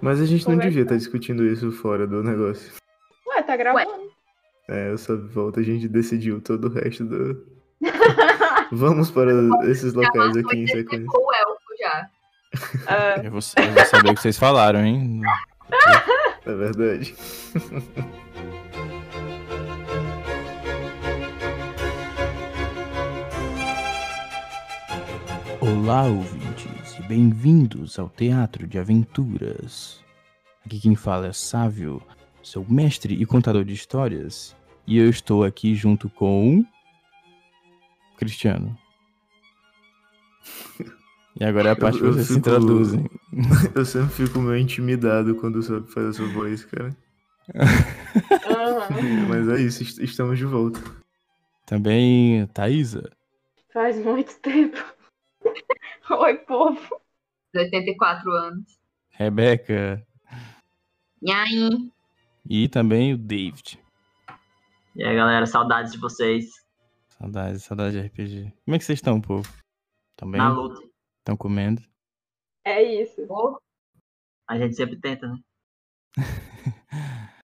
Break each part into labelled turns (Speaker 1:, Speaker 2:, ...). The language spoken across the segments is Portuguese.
Speaker 1: Mas a gente não devia estar
Speaker 2: Conversar.
Speaker 1: discutindo isso fora do negócio.
Speaker 2: Ué, tá gravando.
Speaker 1: É, essa volta a gente decidiu todo o resto do. Vamos para esses locais aqui em sequência.
Speaker 3: Ou o elfo já.
Speaker 2: Ah,
Speaker 4: Eu vou, eu vou saber o que vocês falaram, hein?
Speaker 1: É verdade.
Speaker 4: Olá, ouvintes, e bem-vindos ao Teatro de Aventuras. Aqui quem fala é Sávio, seu mestre e contador de histórias, e eu estou aqui junto com. Cristiano. E agora é a parte que
Speaker 1: Eu- eu
Speaker 4: vocês se
Speaker 1: fico-
Speaker 4: traduzem.
Speaker 1: Eu sempre fico meio intimidado quando você faz essa voz, cara.
Speaker 2: aham.
Speaker 1: Mas é isso, est- estamos de volta.
Speaker 4: Também Thaisa.
Speaker 2: Faz muito tempo. Oi, povo.
Speaker 3: 84 anos.
Speaker 4: Rebeca
Speaker 3: Nhaim.
Speaker 4: e também o David.
Speaker 5: E aí, galera, saudades de vocês
Speaker 4: Saudades, saudades de RPG. Como é que vocês estão, povo? Também?
Speaker 5: na luta.
Speaker 4: Estão comendo?
Speaker 2: É isso.
Speaker 3: Oh,
Speaker 5: A gente sempre tenta, né?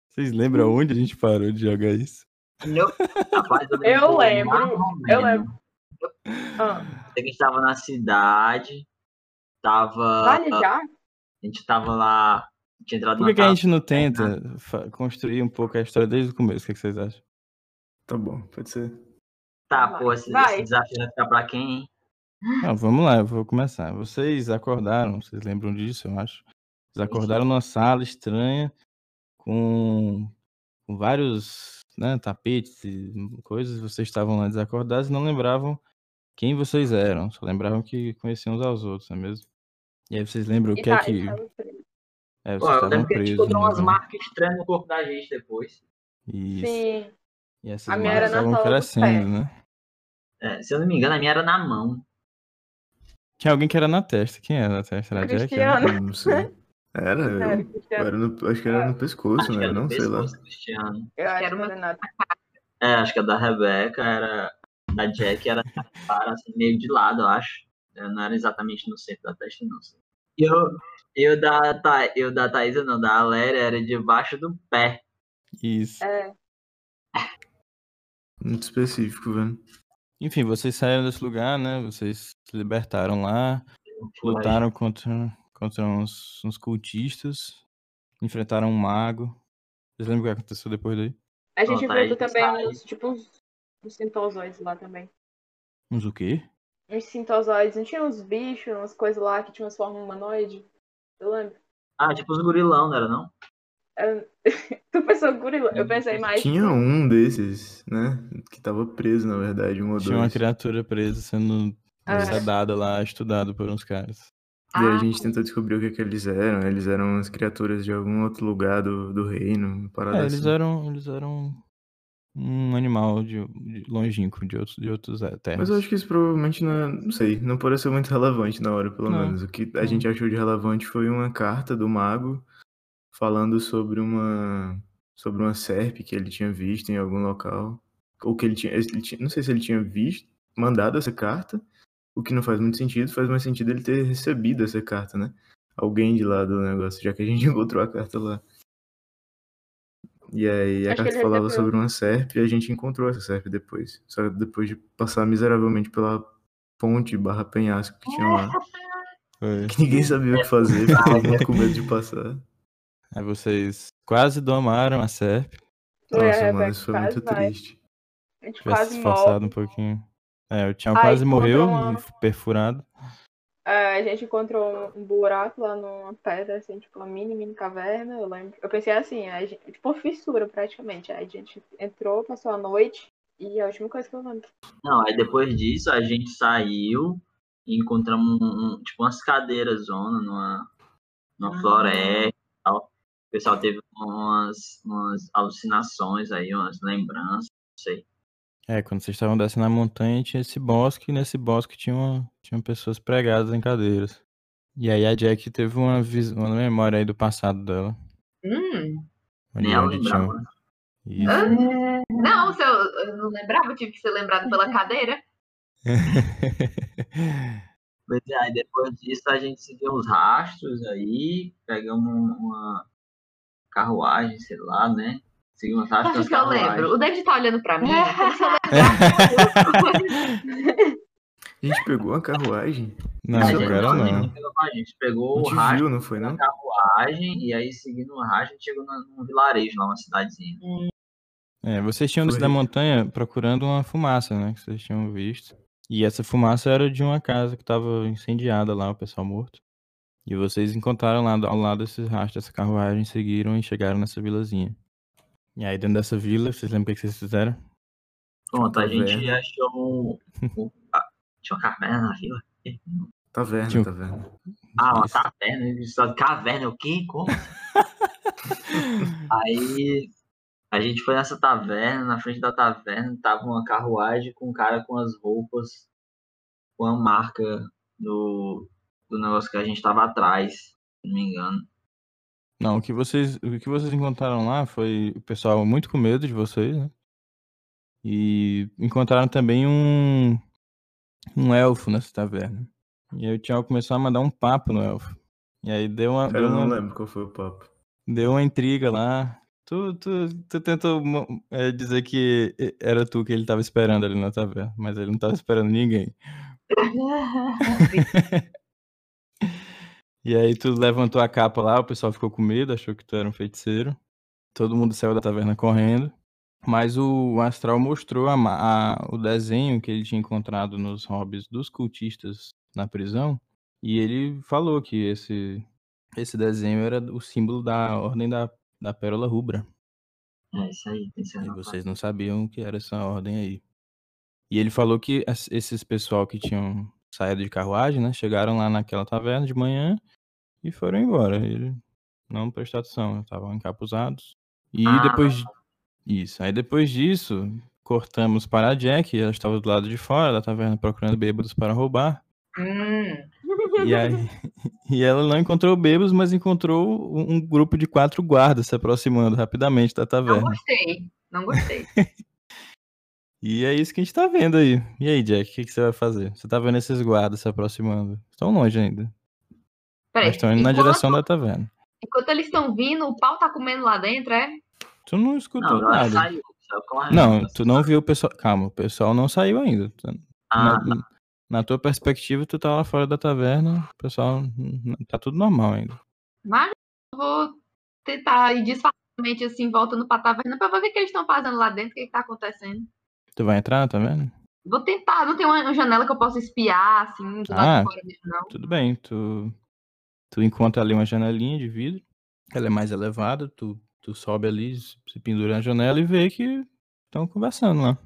Speaker 4: Vocês lembram onde a gente parou de jogar isso?
Speaker 5: Eu, rapaz,
Speaker 2: Eu
Speaker 5: tô
Speaker 2: lembro,
Speaker 5: mais ou
Speaker 2: eu
Speaker 5: menos.
Speaker 2: lembro. Ah,
Speaker 5: Sei que a gente tava na cidade, tava.
Speaker 2: vale já?
Speaker 5: A gente tava lá. Tinha entrado
Speaker 4: Por
Speaker 5: na
Speaker 4: que, que a
Speaker 5: casa.
Speaker 4: gente não tenta fa- construir um pouco a história desde o começo? O que, que vocês acham?
Speaker 1: Tá bom, pode ser.
Speaker 5: Tá, pô, esse,
Speaker 2: Vai.
Speaker 5: esse desafio vai ficar pra quem, hein?
Speaker 4: Não, vamos lá, eu vou começar. Vocês acordaram, vocês lembram disso, eu acho. Vocês acordaram numa sala estranha com, com vários né, tapetes e coisas. Vocês estavam lá desacordados e não lembravam quem vocês eram. Só lembravam que conheciam uns aos outros, não é mesmo? E aí vocês lembram o
Speaker 2: E
Speaker 4: que é
Speaker 2: tá,
Speaker 4: que.
Speaker 2: e tava preso.
Speaker 4: É,
Speaker 5: Pô,
Speaker 4: vocês
Speaker 5: eu
Speaker 4: estavam
Speaker 5: lembro que a gente
Speaker 4: presos.
Speaker 5: encontrou umas
Speaker 4: mesmo.
Speaker 5: marcas estranhas no corpo da gente depois.
Speaker 4: Isso.
Speaker 2: Sim.
Speaker 4: E essas
Speaker 2: A minha
Speaker 4: marcas
Speaker 2: era na
Speaker 4: estavam
Speaker 2: sola dos
Speaker 4: crescendo,
Speaker 2: pés.
Speaker 4: né?
Speaker 5: É, se eu não me engano, a minha era na mão.
Speaker 4: Tinha alguém que era na testa. Quem era na testa?
Speaker 1: é
Speaker 4: Era a Jack? né?
Speaker 2: Cristiano.
Speaker 1: Hum, Não sei. Era, eu,
Speaker 2: Sério, Cristiano.
Speaker 1: era no- acho que era no pescoço, né?
Speaker 5: É, Ah, Acho que era
Speaker 1: Não
Speaker 5: do
Speaker 1: sei lá.
Speaker 5: pescoço, Cristiano.
Speaker 2: Eu acho
Speaker 3: Quero
Speaker 2: que
Speaker 3: uma-
Speaker 2: era nada.
Speaker 5: É, acho que a da Rebeca era. Da Jack era para, assim, meio de lado, eu acho. Eu não era exatamente no centro da testa, não. Sei. E Eu, eu, da, Tha- eu da Thaisa, não, da Aléria era debaixo do pé.
Speaker 4: Isso.
Speaker 2: É,
Speaker 1: Muito específico, velho.
Speaker 4: Enfim, vocês saíram desse lugar, né? Vocês se libertaram lá, lutaram contra, contra uns, uns cultistas, enfrentaram um mago. Vocês lembram o que aconteceu depois daí?
Speaker 2: a gente
Speaker 5: Pronto, aí
Speaker 2: enfrentou
Speaker 5: sai.
Speaker 2: também uns, tipo, uns, uns cintozoides lá também.
Speaker 4: Uns o quê?
Speaker 2: Uns cintozoides, não tinha uns bichos, umas coisas lá que tinham umas formas humanoides. Eu lembro.
Speaker 5: Ah, tipo os gorilão, não era não?
Speaker 2: Tu pensou gorila? Eu pensei mais.
Speaker 1: Hum, Tinha um desses, né? Que tava preso, na verdade, um ou
Speaker 4: Tinha uma
Speaker 1: dois. E
Speaker 4: criatura presa sendo
Speaker 2: Ah.
Speaker 4: sedada lá, estudada por uns caras.
Speaker 3: ah,
Speaker 4: Ah,
Speaker 1: aí a gente tentou descobrir o que, que eles eram. Eles eram as criaturas de algum outro lugar do, do reino. uma Parada
Speaker 4: É, eles
Speaker 1: assim.
Speaker 4: eram, eles eram um animal de, de longínquo de outros, de outros eh, terras.
Speaker 1: Mas eu acho que isso provavelmente não é. Não sei, não pareceu muito relevante na hora, pelo
Speaker 4: Não.
Speaker 1: menos. O que a
Speaker 4: Não.
Speaker 1: gente achou de relevante foi uma carta do mago falando sobre uma. sobre uma serpe que ele tinha visto em algum local. Ou que ele tinha. ele tinha- não sei se ele tinha visto, mandado essa carta, o que não faz muito sentido, faz mais sentido ele ter recebido essa carta, né? Alguém de lá do negócio, já que a gente encontrou a carta lá. E aí a
Speaker 2: Acho que
Speaker 1: carta
Speaker 2: ele
Speaker 1: falava
Speaker 2: recebeu.
Speaker 1: sobre uma serpe e a gente encontrou essa serpe depois. Só depois de passar miseravelmente pela ponte barra penhasco que tinha lá.
Speaker 4: Foi.
Speaker 1: Que ninguém sabia o que fazer, ficava muito com medo de passar.
Speaker 4: Aí vocês quase domaram a serp.
Speaker 2: Eu e a
Speaker 1: Nossa, mano,
Speaker 2: Rebeca
Speaker 1: isso foi
Speaker 2: quase
Speaker 1: muito
Speaker 2: é, vai.
Speaker 1: triste.
Speaker 2: A gente
Speaker 4: Tivesse
Speaker 2: quase
Speaker 4: esforçado
Speaker 2: morre. um
Speaker 4: um pouquinho. É, o Tião
Speaker 2: Aí,
Speaker 4: quase morreu,
Speaker 2: quando eu-
Speaker 4: perfurado.
Speaker 2: É, a gente encontrou um buraco lá numa pedra, assim, tipo uma mini, mini caverna, eu lembro. Eu pensei assim, a gente, tipo uma fissura praticamente. Aí a gente entrou, passou a noite e a última coisa que eu lembro.
Speaker 5: Não, aí depois disso a gente saiu e encontramos um, um- tipo umas cadeiras zona numa, numa floresta e tal. O pessoal teve umas, umas alucinações aí, umas lembranças, não sei.
Speaker 4: É, quando vocês estavam descendo a montanha, tinha esse bosque, e nesse bosque tinham, tinham pessoas pregadas em cadeiras. E aí a Jack teve uma, vis- uma memória aí do passado dela.
Speaker 3: hum.
Speaker 4: onde-
Speaker 5: Nem ela
Speaker 4: onde tinha-
Speaker 5: lembrava.
Speaker 4: Isso.
Speaker 3: Não, se eu, eu não lembrava, eu tive que ser lembrado pela cadeira.
Speaker 5: Pois é, aí depois disso a gente seguiu os rastros aí, pegamos um, uma carruagem, sei lá, né? Seguimos os rastros.
Speaker 3: Acho
Speaker 5: das
Speaker 3: que eu
Speaker 5: carruagens.
Speaker 3: lembro. O David tá olhando pra mim.
Speaker 1: A gente pegou a carruagem.
Speaker 4: Não,
Speaker 5: A
Speaker 1: Mas
Speaker 5: gente-
Speaker 4: agora
Speaker 5: a gente
Speaker 4: não.
Speaker 5: pegou- A gente pegou
Speaker 1: A
Speaker 5: o
Speaker 1: gente
Speaker 5: rastro
Speaker 1: viu, não foi,
Speaker 5: da
Speaker 1: não?
Speaker 5: carruagem e aí seguindo o rastro a gente chegou num num vilarejo lá, uma cidadezinha.
Speaker 4: É, vocês tinham
Speaker 1: Foi.
Speaker 4: descido da montanha procurando uma fumaça, né? Que vocês tinham visto. E essa fumaça era de uma casa que estava incendiada lá, o pessoal morto. E vocês encontraram lá do- ao lado desses rastros, essa carruagem, seguiram e chegaram nessa vilazinha. E aí dentro dessa vila, vocês lembram o que que vocês fizeram?
Speaker 5: Pronto, a
Speaker 1: Tinha um
Speaker 5: gente achou um. um- ah, tinha uma caverna na vila.
Speaker 1: Taverna,
Speaker 4: Tinha-
Speaker 1: taverna.
Speaker 5: Ah, uma
Speaker 4: Isso.
Speaker 5: taverna. ele só- Caverna, é o quê? Como? Aí a gente foi nessa taverna, na frente da taverna, tava uma carruagem com um cara com as roupas, com a marca do, do negócio que a gente tava atrás, se não me engano.
Speaker 1: Uhum.
Speaker 4: Não, o que vocês, o que vocês encontraram lá foi o pessoal muito com medo de vocês, né? E encontraram também um um elfo nessa taverna. E aí o Thiago começou a mandar um papo no elfo. E aí deu uma,
Speaker 1: Cara,
Speaker 4: deu
Speaker 1: eu não
Speaker 4: uma-
Speaker 1: lembro qual foi o papo.
Speaker 4: deu uma intriga lá. Tu, tu, tu tentou mo- eh, dizer que e- era tu que ele tava esperando ali na taverna, mas ele não tava esperando ninguém. E aí tu levantou a capa lá, o pessoal ficou com medo, achou que tu era um feiticeiro. Todo mundo saiu da taverna correndo. Mas o astral mostrou a ma- a- o desenho que ele tinha encontrado nos hobbies dos cultistas na prisão. E ele falou que esse, esse desenho era o símbolo da ordem da, da Pérola Rubra.
Speaker 5: É isso aí, tem que ser
Speaker 4: E
Speaker 5: anotado.
Speaker 4: vocês não sabiam o que era essa ordem aí. E ele falou que as- esses pessoal que tinham saído de carruagem, né? Chegaram lá naquela taverna de manhã e foram embora. Ele não prestou atenção, estavam encapuzados. E
Speaker 5: Ah.
Speaker 4: depois. de- Isso. Aí depois disso, cortamos para a Jack, ela estava do lado de fora da taverna procurando bêbados para roubar.
Speaker 3: Hum,
Speaker 4: E, aí, e ela não encontrou bêbados, mas encontrou um um grupo de quatro guardas se aproximando rapidamente da
Speaker 3: não
Speaker 4: taverna.
Speaker 3: gostei. Não gostei.
Speaker 4: E é isso que a gente tá vendo aí. E aí, Jack, o que, que você vai fazer? Você tá vendo esses guardas se aproximando. Estão longe ainda.
Speaker 5: É,
Speaker 3: Peraí.
Speaker 4: Mas estão indo na
Speaker 3: enquanto-
Speaker 4: direção da taverna.
Speaker 3: Enquanto eles estão vindo, o pau tá comendo lá dentro, é?
Speaker 4: Tu não escutou
Speaker 5: Não, ela
Speaker 4: nada.
Speaker 5: saiu, saiu correndo.
Speaker 4: Não, tu não viu o pessoal. Calma, o pessoal não saiu ainda. Tu-
Speaker 5: Ah,
Speaker 4: na, na tua perspectiva, tu tá lá fora da taverna. O pessoal. n- Tá tudo normal ainda.
Speaker 3: Mas eu vou tentar ir disfarçadamente assim, voltando pra taverna pra ver o que, que eles estão fazendo lá dentro, o que, que tá acontecendo.
Speaker 4: Tu vai entrar na taverna?
Speaker 3: Vou tentar, não tem uma uma janela que eu possa espiar, assim, do
Speaker 4: Ah.
Speaker 3: lado de fora mesmo, não.
Speaker 4: Tudo bem. Tu, tu encontra ali uma janelinha de vidro. Ela é mais elevada. Tu, tu sobe ali, se se pendura na janela e vê que estão conversando lá.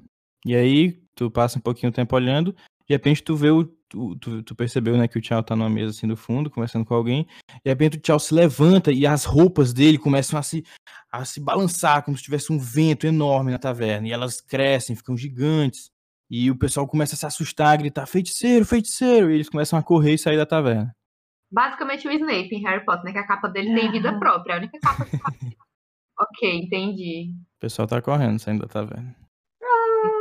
Speaker 4: E aí, tu passa um pouquinho de tempo olhando, de repente tu vê o. Tu, tu, tu percebeu, né, que o Tchau tá numa mesa assim do fundo, conversando com alguém. De repente o Tchau se levanta e as roupas dele começam a se, a se balançar, como se tivesse um vento enorme na taverna. E elas crescem, ficam gigantes. E o pessoal começa a se assustar, a gritar: feiticeiro, feiticeiro! E eles começam a correr e sair da taverna.
Speaker 3: Basicamente o Snape em Harry Potter, né? Que a capa dele tem vida própria. É a única capa que faz. Ok, entendi.
Speaker 4: O pessoal tá correndo, saindo da taverna.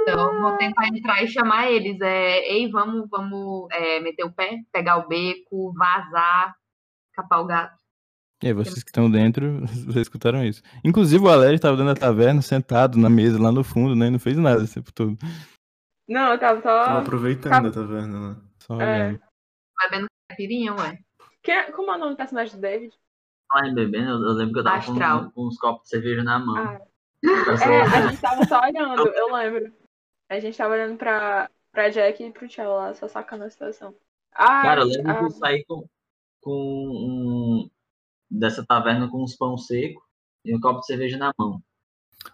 Speaker 3: Então, vou tentar entrar e chamar eles. É, Ei, vamos, vamos é, meter o pé, pegar o beco, vazar, capar o gato.
Speaker 4: E aí, vocês que estão dentro, vocês escutaram isso. Inclusive, o Aleri tava dentro da taverna, sentado na mesa lá no fundo, né? e Não fez nada esse tempo todo.
Speaker 2: Não, eu tava só.
Speaker 1: Tava
Speaker 2: tá.
Speaker 1: aproveitando a taverna lá.
Speaker 4: Só
Speaker 2: É.
Speaker 4: olhando.
Speaker 3: Bebendo caipirinha, é ué.
Speaker 2: Quem- Como é o nome do personagem do David?
Speaker 5: lá em é bebendo, eu, eu lembro que eu tava com,
Speaker 3: Astral.
Speaker 5: com uns copos de cerveja na mão.
Speaker 2: Ah.
Speaker 5: Eu só-
Speaker 2: É, a gente tava só olhando, eu lembro. A gente tava olhando pra, pra Jack e pro Tchau lá, só sacando a situação. Ah,
Speaker 5: Cara, eu lembro que eu
Speaker 2: ah,
Speaker 5: saí com, com um, dessa taverna com uns pão seco e um copo de cerveja na mão.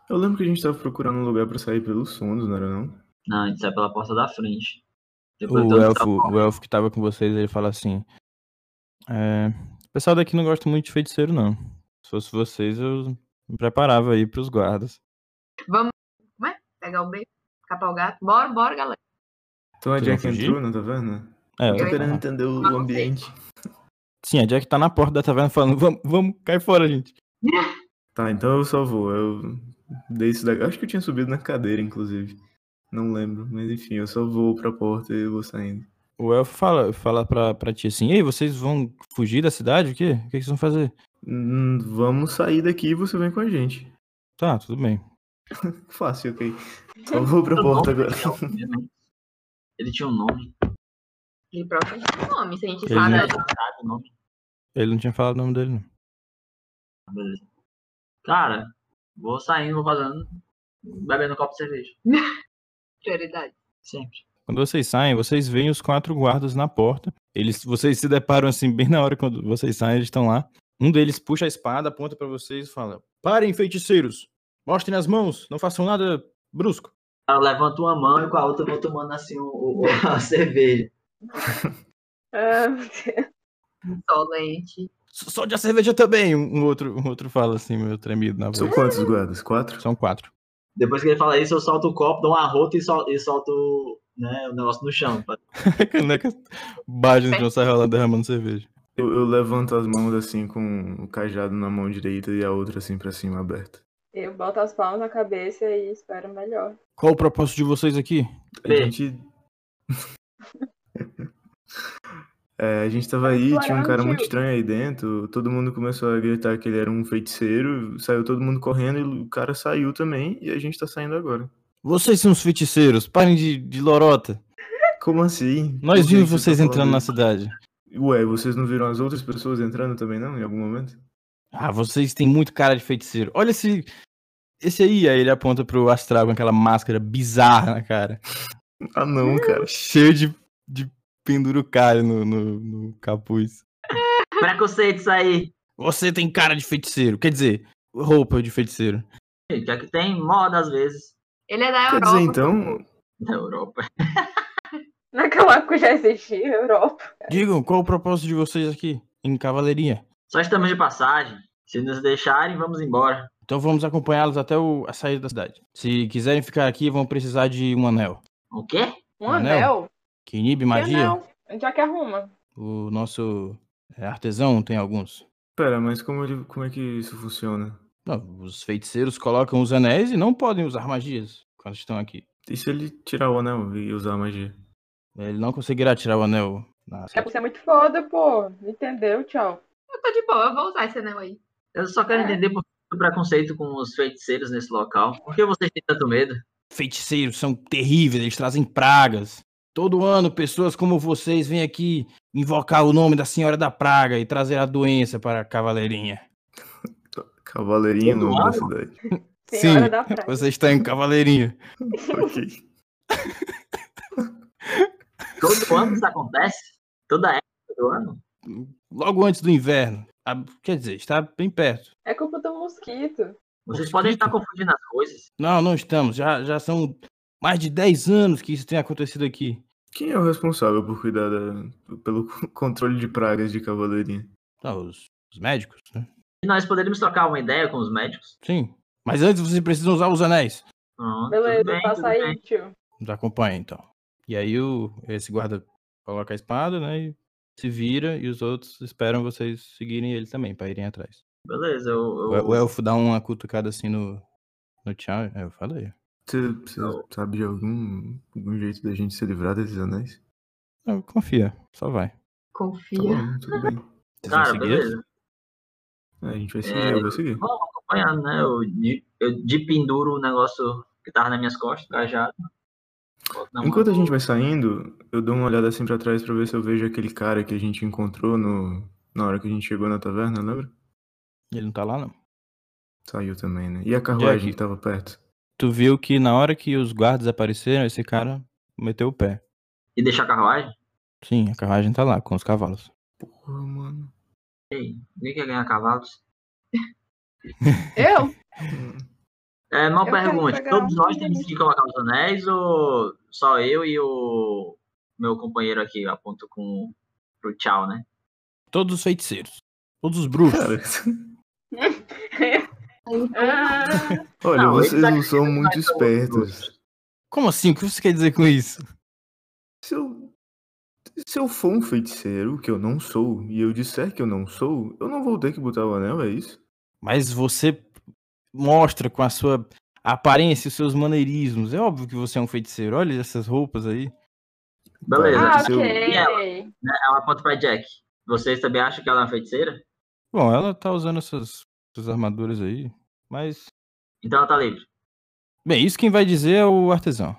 Speaker 1: Eu lembro que a gente tava procurando um lugar pra sair pelos fundos, não era não?
Speaker 5: Não, a gente sai pela porta da frente. Depois
Speaker 4: O
Speaker 5: tem um
Speaker 4: elfo,
Speaker 5: salão.
Speaker 4: o elfo que tava com vocês, ele fala assim: é, O pessoal daqui não gosta muito de feiticeiro, não. Se fosse vocês, eu me preparava aí pros guardas.
Speaker 3: Pegar o beco, capar o gato. Bora, bora, galera.
Speaker 1: Então a
Speaker 4: Tu vai
Speaker 1: Jack
Speaker 4: fugir?
Speaker 1: entrou na taverna?
Speaker 4: É,
Speaker 1: Eu tô
Speaker 3: Eu-
Speaker 1: querendo entender o
Speaker 3: Não sei.
Speaker 1: ambiente.
Speaker 4: sim, a Jack tá na porta da taverna falando: Vamos, vamos, cai fora, gente.
Speaker 1: Tá, então eu só vou. Eu dei isso daqui. Acho que eu tinha subido na cadeira, inclusive. Não lembro, mas enfim, eu só vou pra porta e eu vou saindo.
Speaker 4: o elfo fala, fala pra, pra ti assim, ei, vocês vão fugir da cidade? O quê? O que que vocês vão fazer?
Speaker 1: Hum, Vamos sair daqui e você vem com a gente.
Speaker 4: Tá, tudo bem.
Speaker 1: Fácil, ok. Só vou
Speaker 5: Tá
Speaker 1: pra porta agora.
Speaker 5: é Ele tinha um nome,
Speaker 3: De próprio é nome, se a gente é
Speaker 4: Ele
Speaker 3: sabe.
Speaker 1: é.
Speaker 4: não-
Speaker 3: ela-
Speaker 5: sabe o um nome?
Speaker 4: Ele não tinha falado o nome dele, não.
Speaker 5: Beleza. Cara, vou saindo, vou fazendo. Bebendo um copo de cerveja.
Speaker 3: Prioridade.
Speaker 5: Sempre.
Speaker 4: Quando vocês saem, vocês veem os quatro guardas na porta. Eles, vocês se deparam assim, bem na hora quando vocês saem, eles estão lá. Um deles puxa a espada, aponta pra vocês e fala: Parem, feiticeiros! Mostrem as mãos, não façam nada brusco.
Speaker 5: Cara, eu levanto uma mão e com a outra eu vou tomando assim o, o- a cerveja.
Speaker 2: Ah, meu Deus.
Speaker 3: Insolente.
Speaker 4: "S- Solte a cerveja também! Um um outro, um outro fala assim, meu tremido na
Speaker 1: São
Speaker 4: voz.
Speaker 1: quantos guardas? Quatro?
Speaker 4: São quatro.
Speaker 5: Depois que ele fala isso, eu solto o copo, dou uma rota e, sol, e solto né, o negócio no chão. pra-
Speaker 4: é A caneca baixa de não sai rolando derramando cerveja.
Speaker 1: Eu, eu levanto as mãos assim com o cajado na mão direita e a outra assim pra cima aberta.
Speaker 2: Eu boto as palmas na cabeça e espero melhor.
Speaker 4: Qual o propósito de vocês aqui?
Speaker 1: A
Speaker 5: Bem.
Speaker 1: gente. É, a gente tava aí, tinha um cara muito estranho aí dentro. Todo mundo começou a gritar que ele era um feiticeiro. Saiu todo mundo correndo e o cara saiu também. E a gente tá saindo agora.
Speaker 4: Vocês são os feiticeiros, parem de, de lorota.
Speaker 1: Como assim?
Speaker 4: Nós
Speaker 1: Por que
Speaker 4: vimos
Speaker 1: que
Speaker 4: vocês
Speaker 1: tá
Speaker 4: entrando
Speaker 1: falando
Speaker 4: na
Speaker 1: isso?
Speaker 4: cidade.
Speaker 1: Ué, vocês não viram as outras pessoas entrando também, não? Em algum momento?
Speaker 4: Ah, vocês têm muito cara de feiticeiro. Olha esse. Esse aí, aí ele aponta pro Astral com aquela máscara bizarra na cara.
Speaker 1: Ah, não, cara.
Speaker 4: Cheio de, de pendurucalho no, no, no capuz.
Speaker 5: Preconceito isso aí.
Speaker 4: Você tem cara de feiticeiro, quer dizer, roupa de feiticeiro.
Speaker 5: Ih, Que é que tem moda às vezes
Speaker 3: Ele é da
Speaker 1: Quer
Speaker 3: Europa.
Speaker 1: dizer, então,
Speaker 5: na Europa.
Speaker 2: Naquela época já existia Europa.
Speaker 4: Digam, qual o propósito de vocês aqui em cavalaria?
Speaker 5: Só estamos de passagem. Se nos deixarem, vamos embora.
Speaker 4: Então vamos acompanhá-los até o- a saída da cidade. Se quiserem ficar aqui, vão precisar de um anel.
Speaker 5: O quê?
Speaker 2: Um
Speaker 4: Anel?
Speaker 2: anel?
Speaker 4: Que inibe
Speaker 2: Que
Speaker 4: magia.
Speaker 2: anel? Onde é que arruma?
Speaker 4: O nosso é, artesão tem alguns.
Speaker 1: pera, mas como, ele, como é que isso funciona?
Speaker 4: Não, os feiticeiros colocam os anéis e não podem usar magias quando estão aqui.
Speaker 1: E se ele tirar o anel e usar a magia?
Speaker 4: Ele não conseguirá tirar o anel.
Speaker 2: É
Speaker 4: Na...
Speaker 2: porque você é muito foda, pô. Entendeu? Tchau.
Speaker 3: Eu tô de boa, eu vou usar esse anel aí.
Speaker 5: Eu só quero
Speaker 2: É.
Speaker 5: entender por que o preconceito com os feiticeiros nesse local. Por que vocês têm tanto medo?
Speaker 4: Feiticeiros são terríveis, eles trazem pragas. Todo ano, pessoas como vocês vêm aqui invocar o nome da Senhora da Praga e trazer a doença para a Cavaleirinha.
Speaker 1: Cavaleirinho no nome da
Speaker 5: Eduardo?
Speaker 1: cidade.
Speaker 2: Senhora
Speaker 4: Sim,
Speaker 2: da praia.
Speaker 4: você está em Cavaleirinha.
Speaker 1: ok.
Speaker 5: Todo ano isso acontece? Toda época do ano?
Speaker 4: Logo antes do inverno. Ah, Quer dizer, está bem perto.
Speaker 2: É culpa do mosquito.
Speaker 5: Vocês
Speaker 4: Mosquito?
Speaker 5: podem estar confundindo as coisas.
Speaker 4: Não, não estamos. Já, já são mais de 10 anos que isso tem acontecido aqui.
Speaker 1: Quem é o responsável por cuidar da- pelo co- controle de pragas de cavaleirinha?
Speaker 4: Ah, os, os médicos, né?
Speaker 5: E nós poderíamos trocar uma ideia com os médicos.
Speaker 4: Sim. Mas antes vocês precisam usar os anéis.
Speaker 5: Pronto,
Speaker 2: Beleza,
Speaker 5: tudo bem,
Speaker 2: passa
Speaker 5: tudo
Speaker 2: aí,
Speaker 5: bem.
Speaker 2: tio.
Speaker 4: Nos acompanha, então. E aí o, esse guarda coloca a espada, né? E se vira e os outros esperam vocês seguirem ele também, pra irem atrás.
Speaker 5: Beleza,
Speaker 4: O,
Speaker 5: eu, eu,
Speaker 4: o elfo dá uma cutucada assim no, no tchau. é, Eu falei.
Speaker 1: Você, você sabe de algum, algum jeito da gente se livrar desses anéis?
Speaker 4: Não, confia, só vai.
Speaker 1: Tá
Speaker 3: Confia.
Speaker 1: bom, tudo bem.
Speaker 4: Vocês vão
Speaker 5: cara,
Speaker 4: seguir eles?
Speaker 5: beleza.
Speaker 1: É, a gente vai seguir,
Speaker 5: É,
Speaker 1: eu vou seguir.
Speaker 5: Vamos acompanhando, né? Eu, de- eu de penduro o negócio que tava nas minhas costas, cajado. Boto na mão.
Speaker 1: Enquanto a gente vai saindo, eu dou uma olhada assim pra trás pra ver se eu vejo aquele cara que a gente encontrou no, na hora que a gente chegou na taverna, lembra?
Speaker 4: Ele não tá lá, não.
Speaker 1: Saiu também, né? E a carruagem
Speaker 4: Jack.
Speaker 1: que tava perto?
Speaker 4: Tu viu que na hora que os guardas apareceram, esse cara meteu o pé.
Speaker 5: E deixar a carruagem?
Speaker 4: Sim, a carruagem tá lá, com os cavalos.
Speaker 1: Porra, mano.
Speaker 5: Ei, ninguém quer ganhar cavalos.
Speaker 2: Eu?
Speaker 5: É, mal
Speaker 2: Eu quero
Speaker 5: pergunte,
Speaker 2: pegar
Speaker 5: todos
Speaker 2: um
Speaker 5: nós
Speaker 2: e
Speaker 5: temos
Speaker 2: ele-
Speaker 5: que colocar os anéis ou só eu e o meu companheiro aqui, eu aponto com pro tchau, né?
Speaker 4: Todos os feiticeiros. Todos os bruxos.
Speaker 1: Cara, Tá
Speaker 2: Ah,
Speaker 1: olha,
Speaker 5: Não,
Speaker 1: vocês
Speaker 5: ele tá
Speaker 1: não são
Speaker 5: querendo
Speaker 1: muito
Speaker 5: mais pra outro
Speaker 1: espertos.
Speaker 4: Como assim? O que você quer dizer com isso?
Speaker 1: Se eu, se eu for um feiticeiro, que eu não sou, e eu disser que eu não sou, eu não vou ter que botar o anel, é isso?
Speaker 4: Mas você mostra com a sua aparência os seus maneirismos. É óbvio que você é um feiticeiro. Olha essas roupas aí.
Speaker 5: Beleza.
Speaker 2: Ah,
Speaker 1: Seu-
Speaker 5: E ela?
Speaker 2: ok.
Speaker 5: Ela aponta pra Jack. Vocês também acham que ela é uma feiticeira?
Speaker 4: Bom, ela tá usando essas, essas armaduras aí, mas.
Speaker 5: Então ela tá livre.
Speaker 4: Bem, isso quem vai dizer é o artesão.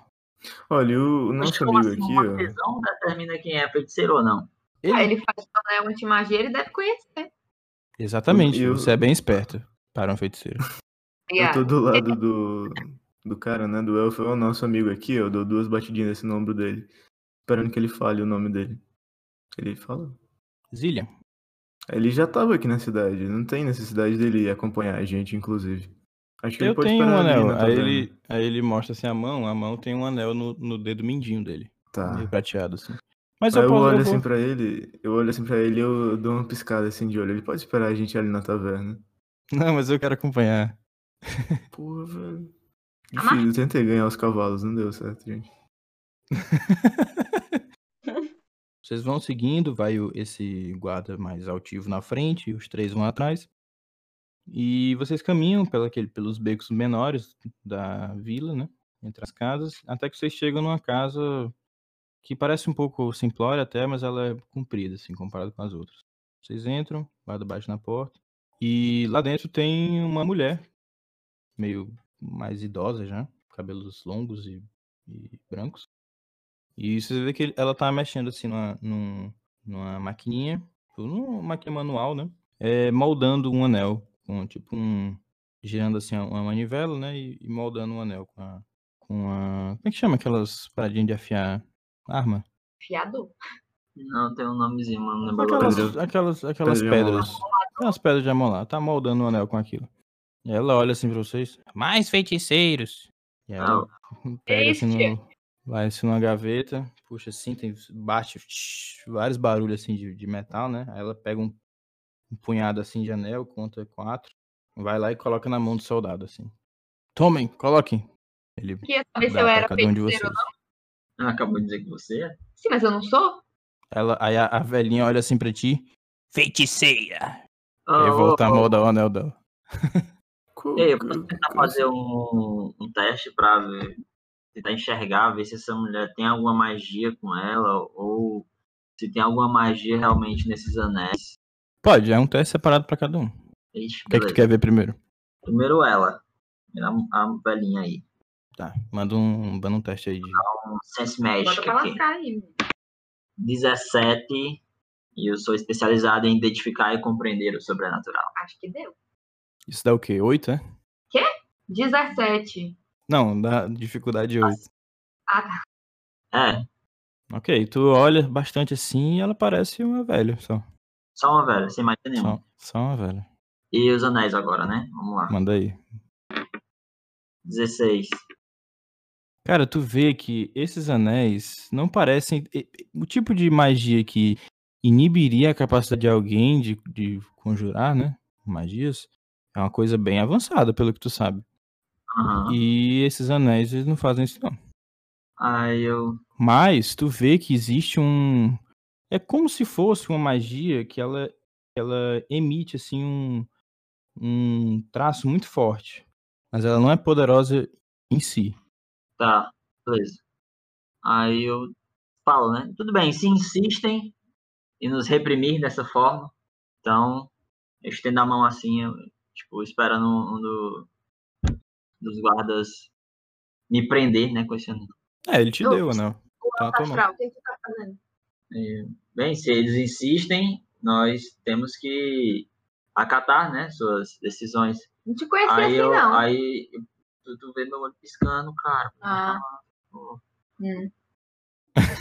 Speaker 1: Olha, o o nosso
Speaker 5: Como
Speaker 1: amigo
Speaker 5: assim,
Speaker 1: aqui,
Speaker 5: uma
Speaker 1: ó.
Speaker 5: tesão determina quem é feiticeiro ou não.
Speaker 4: Ele-
Speaker 3: Ah, ele faz toda a antimagia, ele deve conhecer.
Speaker 4: Exatamente,
Speaker 1: Eu-
Speaker 4: você é bem esperto para um feiticeiro.
Speaker 1: Eu tô
Speaker 3: Obrigada.
Speaker 1: do lado do, do cara, né? Do elfo, é o nosso amigo aqui, ó. Eu dou duas batidinhas nesse no ombro dele. Esperando que ele fale o nome dele. Ele fala.
Speaker 4: Zillian,
Speaker 1: Ele já tava aqui na cidade. Não tem necessidade dele acompanhar a gente, inclusive. Acho que ele
Speaker 4: eu
Speaker 1: pode
Speaker 4: tenho um
Speaker 1: esperar ali né, tá
Speaker 4: anel.
Speaker 1: na
Speaker 4: Aí
Speaker 1: taverna.
Speaker 4: ele, aí ele mostra assim a mão, a mão tem um anel no, no dedo mindinho dele, meio
Speaker 1: Tá.
Speaker 4: prateado assim. Mas
Speaker 1: Aí
Speaker 4: eu
Speaker 1: eu
Speaker 4: posso.
Speaker 1: olho
Speaker 4: eu vou-
Speaker 1: assim pra ele, eu olho assim pra ele e eu dou uma piscada assim de olho. Ele pode esperar a gente ali na taverna.
Speaker 4: Não, mas eu quero acompanhar.
Speaker 1: Porra, velho.
Speaker 3: Ah,
Speaker 1: Difícil, eu tentei ganhar os cavalos, não deu certo, gente.
Speaker 4: Vocês vão seguindo, vai o- esse guarda mais altivo na frente, e os três vão atrás. E vocês caminham pela aquele- pelos becos menores da vila, né? Entre as casas, até que vocês chegam numa casa que parece um pouco simplória até, mas ela é comprida, assim, comparado com as outras. Vocês entram, o guarda bate na porta, e lá dentro tem uma mulher, meio mais idosa já, cabelos longos e- e brancos. E você vê que ele- ela tá mexendo assim numa, num- numa maquininha, tipo, numa máquina manual, né? É, moldando um anel, com tipo um. girando assim uma manivela, né? E, e moldando um anel com a, com a. Como é que chama aquelas paradinhas de afiar arma?
Speaker 3: Fiador.
Speaker 5: Não tem um nomezinho, mas não
Speaker 1: é
Speaker 5: lembro agora.
Speaker 4: Aquelas,
Speaker 1: pedra-
Speaker 4: aquelas, aquelas
Speaker 1: pedra de
Speaker 4: pedras. Aquelas pedras de amolar. Tá moldando um anel com aquilo. E ela olha assim pra vocês. Mais feiticeiros! E ela
Speaker 5: Ah,
Speaker 4: Pega assim,
Speaker 3: Este.
Speaker 4: no, vai assim numa gaveta, puxa assim, tem, bate tsh, vários barulhos assim de, de metal, né? Aí ela pega um, um punhado assim de anel, conta quatro, vai lá e coloca na mão do soldado assim. Tomem, coloquem. Ele
Speaker 3: Queria saber se
Speaker 4: dá
Speaker 3: eu
Speaker 4: pra
Speaker 3: era
Speaker 4: cada um de
Speaker 3: feiticeiro.
Speaker 4: vocês.
Speaker 3: ou não.
Speaker 5: ela acabou de dizer que você é.
Speaker 3: Sim, mas eu não sou?
Speaker 4: Ela, aí a, a velhinha olha assim pra ti, feiticeira!
Speaker 5: Ah,
Speaker 4: e aí
Speaker 5: ô,
Speaker 4: volta a
Speaker 5: ô,
Speaker 4: moldar o anel dela.
Speaker 1: Co-
Speaker 5: Ei, eu
Speaker 1: co-
Speaker 4: Uhum.
Speaker 5: posso tentar
Speaker 1: co-
Speaker 5: fazer um, um teste pra ver, tentar enxergar, ver se essa mulher tem alguma magia com ela ou se tem alguma magia realmente nesses anéis.
Speaker 4: Pode, é um teste separado pra cada um. O que
Speaker 5: Ixi,
Speaker 4: é que
Speaker 5: beleza.
Speaker 4: tu quer ver primeiro?
Speaker 5: Primeiro ela, a, a velhinha aí.
Speaker 4: Tá, manda um, manda um teste aí de
Speaker 5: Um Sense
Speaker 3: Bota
Speaker 5: Magic
Speaker 3: pra
Speaker 5: aqui.
Speaker 3: lascar aí. menino.
Speaker 5: 17 e eu sou especializado em identificar e compreender o sobrenatural.
Speaker 3: Acho que deu.
Speaker 4: Isso dá o quê? Oito, é?
Speaker 3: 17.
Speaker 4: Não, dá dificuldade de oito.
Speaker 5: É,
Speaker 4: Ok, tu olha bastante assim e ela parece uma velha só.
Speaker 5: só uma velha, sem magia nenhuma.
Speaker 4: Só, só uma velha.
Speaker 5: E os anéis agora, né? Vamos lá.
Speaker 4: Manda aí.
Speaker 5: 16.
Speaker 4: Cara, tu vê que esses anéis não parecem. e- e- O tipo de magia que inibiria a capacidade de alguém de, de conjurar, né? Magias, é uma coisa bem avançada, pelo que tu sabe.
Speaker 5: Aham.
Speaker 4: E esses anéis, eles não fazem isso, não.
Speaker 5: Aí eu.
Speaker 4: Mas tu vê que existe um. É como se fosse uma magia que ela, ela emite assim um, um traço muito forte. Mas ela não é poderosa em si.
Speaker 5: Tá, beleza. Aí eu falo, né? Tudo bem, se insistem em nos reprimir dessa forma, então eu estendo a mão assim, eu, tipo, esperando um, um do- dos guardas me prender, né? Com esse anel.
Speaker 4: É, ele te
Speaker 3: Não,
Speaker 4: deu, né? Tá na tua mão.
Speaker 3: Astral, o que você tá fazendo?
Speaker 5: E, bem, se eles insistem, nós temos que acatar, né? Suas decisões.
Speaker 3: Não te
Speaker 2: É
Speaker 3: conheci
Speaker 5: Aí
Speaker 3: assim,
Speaker 5: eu.
Speaker 3: não.
Speaker 5: Aí tu, tu vê meu olho piscando, cara.
Speaker 3: Ah.
Speaker 5: Pô,
Speaker 3: Hum.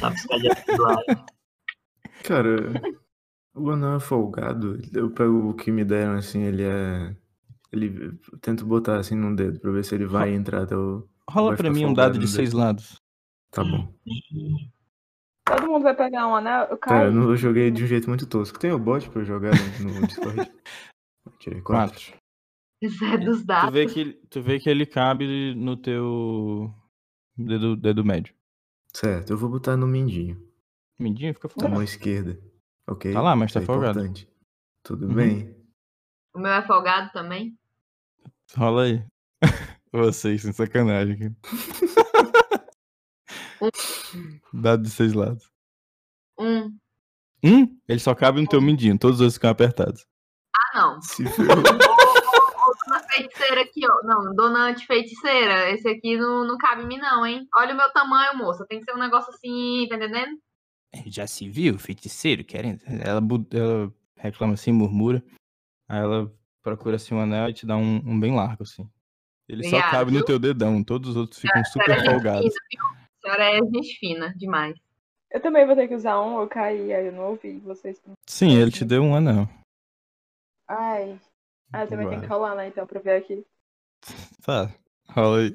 Speaker 5: Sabe piscadinha do Tá lado.
Speaker 1: Cara, o anel é folgado. Eu pego o que me deram assim, ele é. Ele eu tento botar assim num dedo pra ver se ele vai entrar até o.
Speaker 4: Rola
Speaker 1: Vai
Speaker 4: pra
Speaker 1: ficar
Speaker 4: mim um
Speaker 1: folgado
Speaker 4: dado
Speaker 1: no
Speaker 4: de seis lados.
Speaker 1: Tá bom.
Speaker 2: Todo mundo vai pegar um anel. Eu
Speaker 1: Cara, eu,
Speaker 4: É,
Speaker 2: caí.
Speaker 1: não, eu joguei de um jeito muito tosco. Tem o bot pra eu jogar no, no Discord? Tirei quatro.
Speaker 4: Quatro.
Speaker 3: Isso é dos
Speaker 4: Tu
Speaker 3: dados.
Speaker 4: vê, que, ele- tu vê que ele cabe no teu dedo, dedo médio.
Speaker 1: Certo, eu vou botar no mindinho.
Speaker 4: Mindinho fica
Speaker 1: Na mão
Speaker 4: folgado.
Speaker 1: esquerda. Ok?
Speaker 4: Tá lá, mas tá
Speaker 1: Isso é
Speaker 4: folgado.
Speaker 1: importante. Tudo
Speaker 4: Uhum.
Speaker 1: bem?
Speaker 3: O meu é folgado também.
Speaker 4: Rola aí. Vocês, sem sacanagem. aqui. dado de seis lados.
Speaker 3: Um.
Speaker 4: Hum? Ele só cabe no teu mindinho, todos os outros ficam apertados.
Speaker 3: Ah, não.
Speaker 1: Se ferrou.
Speaker 3: Dona feiticeira aqui, ó. Não, dona antifeiticeira. Esse aqui não, não cabe em mim, não, hein? Olha o meu tamanho, moça. Tem que ser um negócio assim, tá entendendo?
Speaker 4: É, Já se viu, feiticeiro, querendo. Ela, bu- ela reclama assim, murmura. Aí ela procura assim um anel e te dá um, um bem largo, assim. Ele
Speaker 3: Obrigada,
Speaker 4: só cabe no
Speaker 3: viu?
Speaker 4: teu dedão, todos os outros ficam
Speaker 3: Senhora
Speaker 4: super
Speaker 3: é gente
Speaker 4: folgados.
Speaker 3: fina, viu? Senhora é gente fina demais.
Speaker 2: Eu também vou ter que usar um, eu caí, aí eu não ouvi vocês.
Speaker 4: Sim, ele te deu um anel.
Speaker 2: Ai. Ah, você vai ter que rolar, né? Então, pra eu ver aqui.
Speaker 4: Tá, rola aí.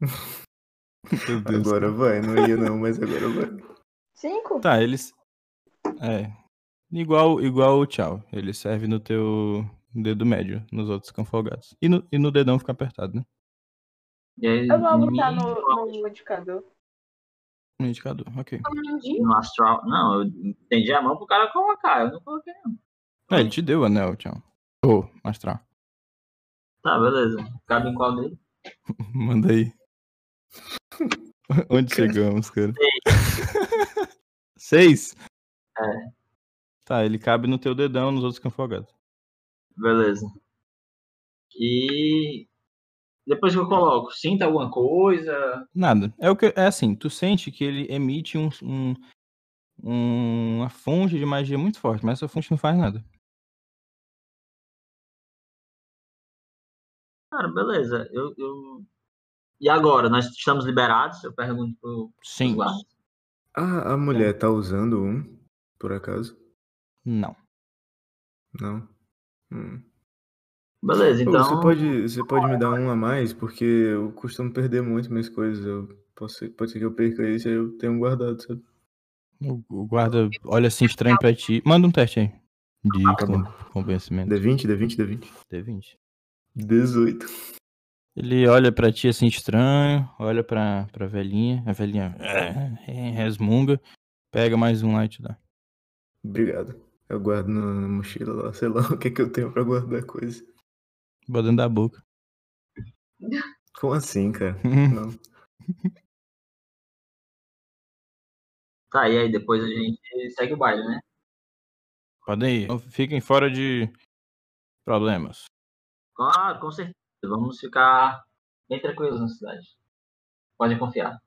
Speaker 4: Meu Deus.
Speaker 1: Agora vai, não ia não, mas agora vai.
Speaker 2: Cinco?
Speaker 4: Tá, eles. É. Igual, igual o tchau. Ele serve no teu dedo médio, nos outros ficam folgados. E no, e no dedão fica apertado, né?
Speaker 5: E aí,
Speaker 2: Eu vou
Speaker 5: me-
Speaker 2: botar no, no indicador.
Speaker 4: No indicador, ok.
Speaker 3: Então, um
Speaker 5: no astral. Não, eu entendi a mão pro cara colocar. Eu não coloquei, não.
Speaker 4: É, ele te deu o anel, tchau. Ô, astral.
Speaker 5: Tá, beleza. Cabe em qual dele?
Speaker 4: Manda aí. Onde chegamos, cara? Seis?
Speaker 5: É.
Speaker 4: Tá, ele cabe no teu dedão, nos outros ficam folgados.
Speaker 5: Beleza. E. Depois que eu coloco, sinta alguma coisa.
Speaker 4: Nada. É, o que, é assim, tu sente que ele emite um, um- um- uma fonte de magia muito forte, mas essa fonte não faz nada.
Speaker 5: Cara, beleza. Eu, eu- E agora? Nós estamos liberados? Eu pergunto pro
Speaker 4: Sim.
Speaker 5: guarda.
Speaker 1: Ah, a mulher tá usando um, por acaso?
Speaker 4: Não.
Speaker 1: Não. Hum.
Speaker 5: Beleza,
Speaker 1: Ô,
Speaker 5: então.
Speaker 1: Você pode, você pode me dar um a mais, porque eu costumo perder muito minhas coisas. Eu posso, ser- pode ser que eu perca isso, aí eu tenho guardado, sabe?
Speaker 4: O, o guarda olha assim estranho pra ti. Manda um teste aí. De
Speaker 1: tá
Speaker 4: con- convencimento.
Speaker 1: D20, D20, D20.
Speaker 4: D20.
Speaker 1: 18.
Speaker 4: Ele olha pra ti assim estranho, olha pra, pra velhinha, a velhinha eh, resmunga, pega mais um lá e te dá.
Speaker 1: Obrigado. Eu guardo na na mochila lá, sei lá o que é que eu tenho pra guardar coisa.
Speaker 4: Bota dentro da boca.
Speaker 1: Como assim, cara? Não.
Speaker 5: Tá, e aí depois a gente segue o baile, né?
Speaker 4: Podem ir. Não Fiquem fora de problemas.
Speaker 5: Claro, com certeza. Vamos ficar bem tranquilos na cidade. Podem confiar.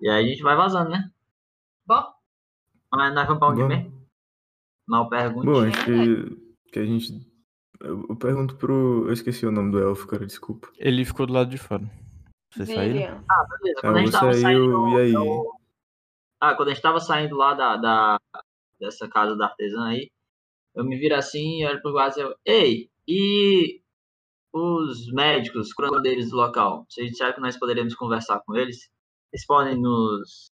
Speaker 5: E aí a gente vai vazando, né?
Speaker 3: Bom,
Speaker 5: Mas nós vamos pra onde
Speaker 1: Bom.
Speaker 5: mesmo? Mal pergunte.
Speaker 1: Bom, acho que, que a gente. Eu eu pergunto pro. Eu esqueci o nome do elfo, cara, desculpa.
Speaker 4: Ele ficou do lado de fora. Vocês saíram?
Speaker 2: Viriam.
Speaker 5: Beleza,
Speaker 1: Ah, você aí, eu- e aí?
Speaker 5: Ah, quando a gente tava saindo lá da, da- dessa casa da artesã aí, eu me viro assim e olho pro guarda e eu, ei, e os médicos, os curandeiros do local, vocês disseram que nós poderíamos conversar com eles? Vocês podem nos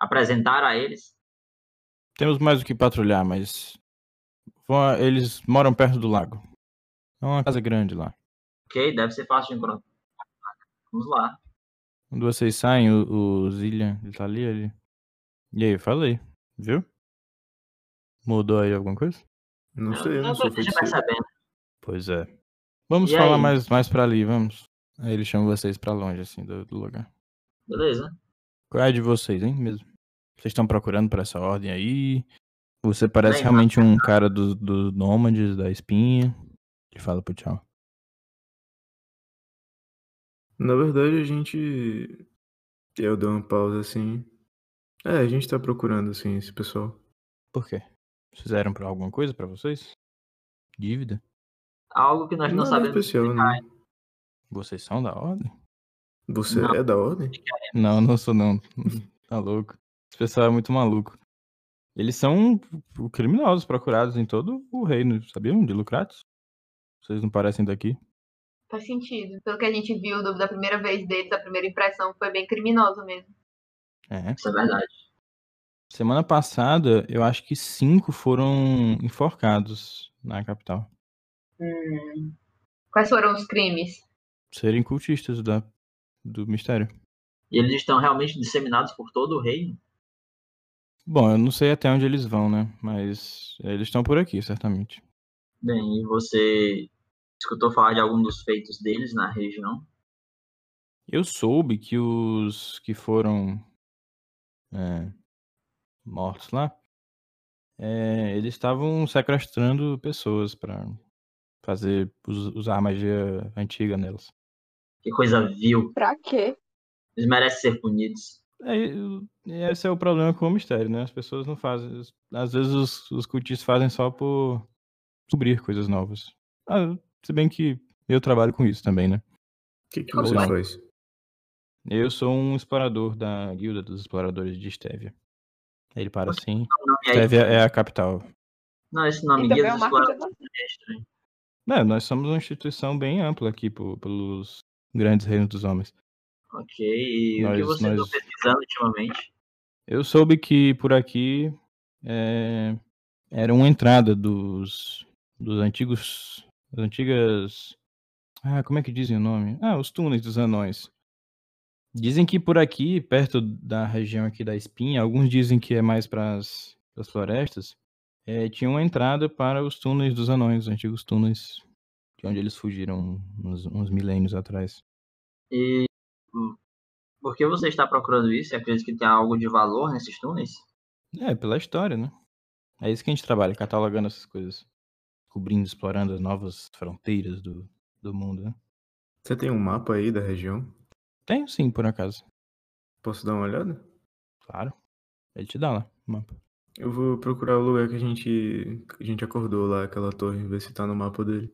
Speaker 5: apresentar a eles?
Speaker 4: Temos mais o que patrulhar, mas. vão- Eles moram perto do lago. É uma casa grande lá.
Speaker 5: Ok, deve ser fácil de encontrar. Vamos lá.
Speaker 4: Quando vocês saem, o, o Zillian, ele tá ali, ele. E aí, fala aí, viu? Mudou aí alguma coisa?
Speaker 1: Não sei, eu não é
Speaker 5: Não
Speaker 1: sou
Speaker 5: tô já
Speaker 1: feiticeiro.
Speaker 5: percebendo.
Speaker 4: Pois é. Vamos
Speaker 5: E
Speaker 4: falar
Speaker 5: aí?
Speaker 4: mais, mais pra ali, vamos. Aí ele chama vocês pra longe, assim, do, do lugar.
Speaker 5: Beleza.
Speaker 4: Qual é a de vocês, hein, mesmo? Vocês estão procurando por essa ordem aí? Você parece
Speaker 5: Bem,
Speaker 4: realmente um cara dos do nômades, da espinha. Ele fala pro tchau.
Speaker 1: Na verdade, a gente. Eu dou uma pausa assim. É, a gente tá procurando, assim, esse pessoal.
Speaker 4: Por quê? Fizeram pra alguma coisa pra vocês? Dívida?
Speaker 5: Algo que nós não
Speaker 1: Nada
Speaker 5: sabemos.
Speaker 1: especial, né?
Speaker 5: explicar,
Speaker 1: é não.
Speaker 4: Vocês são da ordem?
Speaker 1: Você
Speaker 5: Não.
Speaker 1: é da ordem?
Speaker 4: Não, não sou não. Tá louco. Esse pessoal é muito maluco. Eles são criminosos procurados em todo o reino, sabiam? De Lucratos? Vocês não parecem daqui?
Speaker 3: faz sentido. Pelo que a gente viu do- da primeira vez deles, a primeira impressão foi bem criminosa mesmo.
Speaker 4: É.
Speaker 5: Isso é verdade.
Speaker 4: Semana passada, eu acho que cinco foram enforcados na capital.
Speaker 3: Hum. Quais foram os crimes?
Speaker 4: Serem cultistas da, do mistério.
Speaker 5: E eles estão realmente disseminados por todo o reino.
Speaker 4: Bom, eu não sei até onde eles vão, né? Mas eles estão por aqui, certamente.
Speaker 5: Bem, e você escutou falar de algum dos feitos deles na região?
Speaker 4: Eu soube que os que foram é, mortos lá, é, eles estavam sequestrando pessoas para fazer us- usar magia antiga nelas.
Speaker 5: Que coisa vil.
Speaker 2: Pra quê?
Speaker 5: Eles merecem ser punidos.
Speaker 4: É, e- e esse é o problema com o mistério, né? As pessoas não fazem. Às vezes os, os cultistas fazem só por descobrir coisas novas. Ah, se bem que eu trabalho com isso também, né?
Speaker 1: O que, que
Speaker 4: Ou
Speaker 1: você
Speaker 4: não.
Speaker 1: faz?
Speaker 4: Eu sou um explorador da guilda dos exploradores de Estévia. Ele para assim.
Speaker 5: O nome aí-
Speaker 4: Estévia é a capital.
Speaker 5: Não, esse nome
Speaker 2: E
Speaker 5: Guia
Speaker 2: também é
Speaker 5: dos
Speaker 2: o marketing
Speaker 5: Exploradores
Speaker 2: da
Speaker 5: é estranho.
Speaker 4: É, nós somos uma instituição bem ampla aqui po- pelos grandes reinos dos homens.
Speaker 5: Ok, e o que
Speaker 4: Nós-
Speaker 5: vocês estão
Speaker 4: nós-
Speaker 5: pesquisando ultimamente?
Speaker 4: Eu soube que por aqui é, era uma entrada dos, dos antigos. Das antigas. Ah, como é que dizem o nome? Ah, os túneis dos anões. Dizem que por aqui, perto da região aqui da Espinha, alguns dizem que é mais para as florestas, é, tinha uma entrada para os túneis dos anões, os antigos túneis de onde eles fugiram uns, uns milênios atrás.
Speaker 5: E hum, por que você está procurando isso? Você acredita que tem algo de valor nesses túneis?
Speaker 4: É, pela história, né? É isso que a gente trabalha, catalogando essas coisas. Descobrindo, explorando as novas fronteiras do, do mundo, né?
Speaker 1: Você tem um mapa aí da região?
Speaker 4: Tenho sim, por acaso.
Speaker 1: Posso dar uma olhada?
Speaker 4: Claro. Ele te dá lá o mapa.
Speaker 1: Eu vou procurar o lugar que a gente, que a gente acordou lá, aquela torre, ver se tá no mapa dele.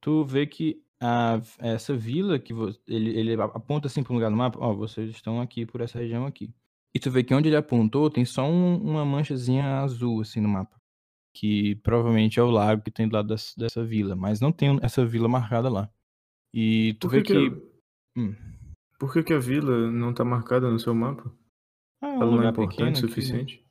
Speaker 4: Tu vê que a, essa vila que vo- ele, ele a- aponta assim pra um lugar no mapa, ó, vocês estão aqui por essa região aqui. E tu vê que onde ele apontou tem só um- uma manchazinha azul assim no mapa. Que provavelmente é o lago que tem do lado dessa, dessa vila, mas não tem essa vila marcada lá. E tu
Speaker 1: Por
Speaker 4: vê
Speaker 1: que,
Speaker 4: que.
Speaker 1: que... a-
Speaker 4: Hum.
Speaker 1: Por que, que a vila não tá marcada no seu mapa?
Speaker 4: Ah, é um
Speaker 1: Ela não é
Speaker 4: lugar
Speaker 1: importante o
Speaker 4: pequeno que-
Speaker 1: suficiente?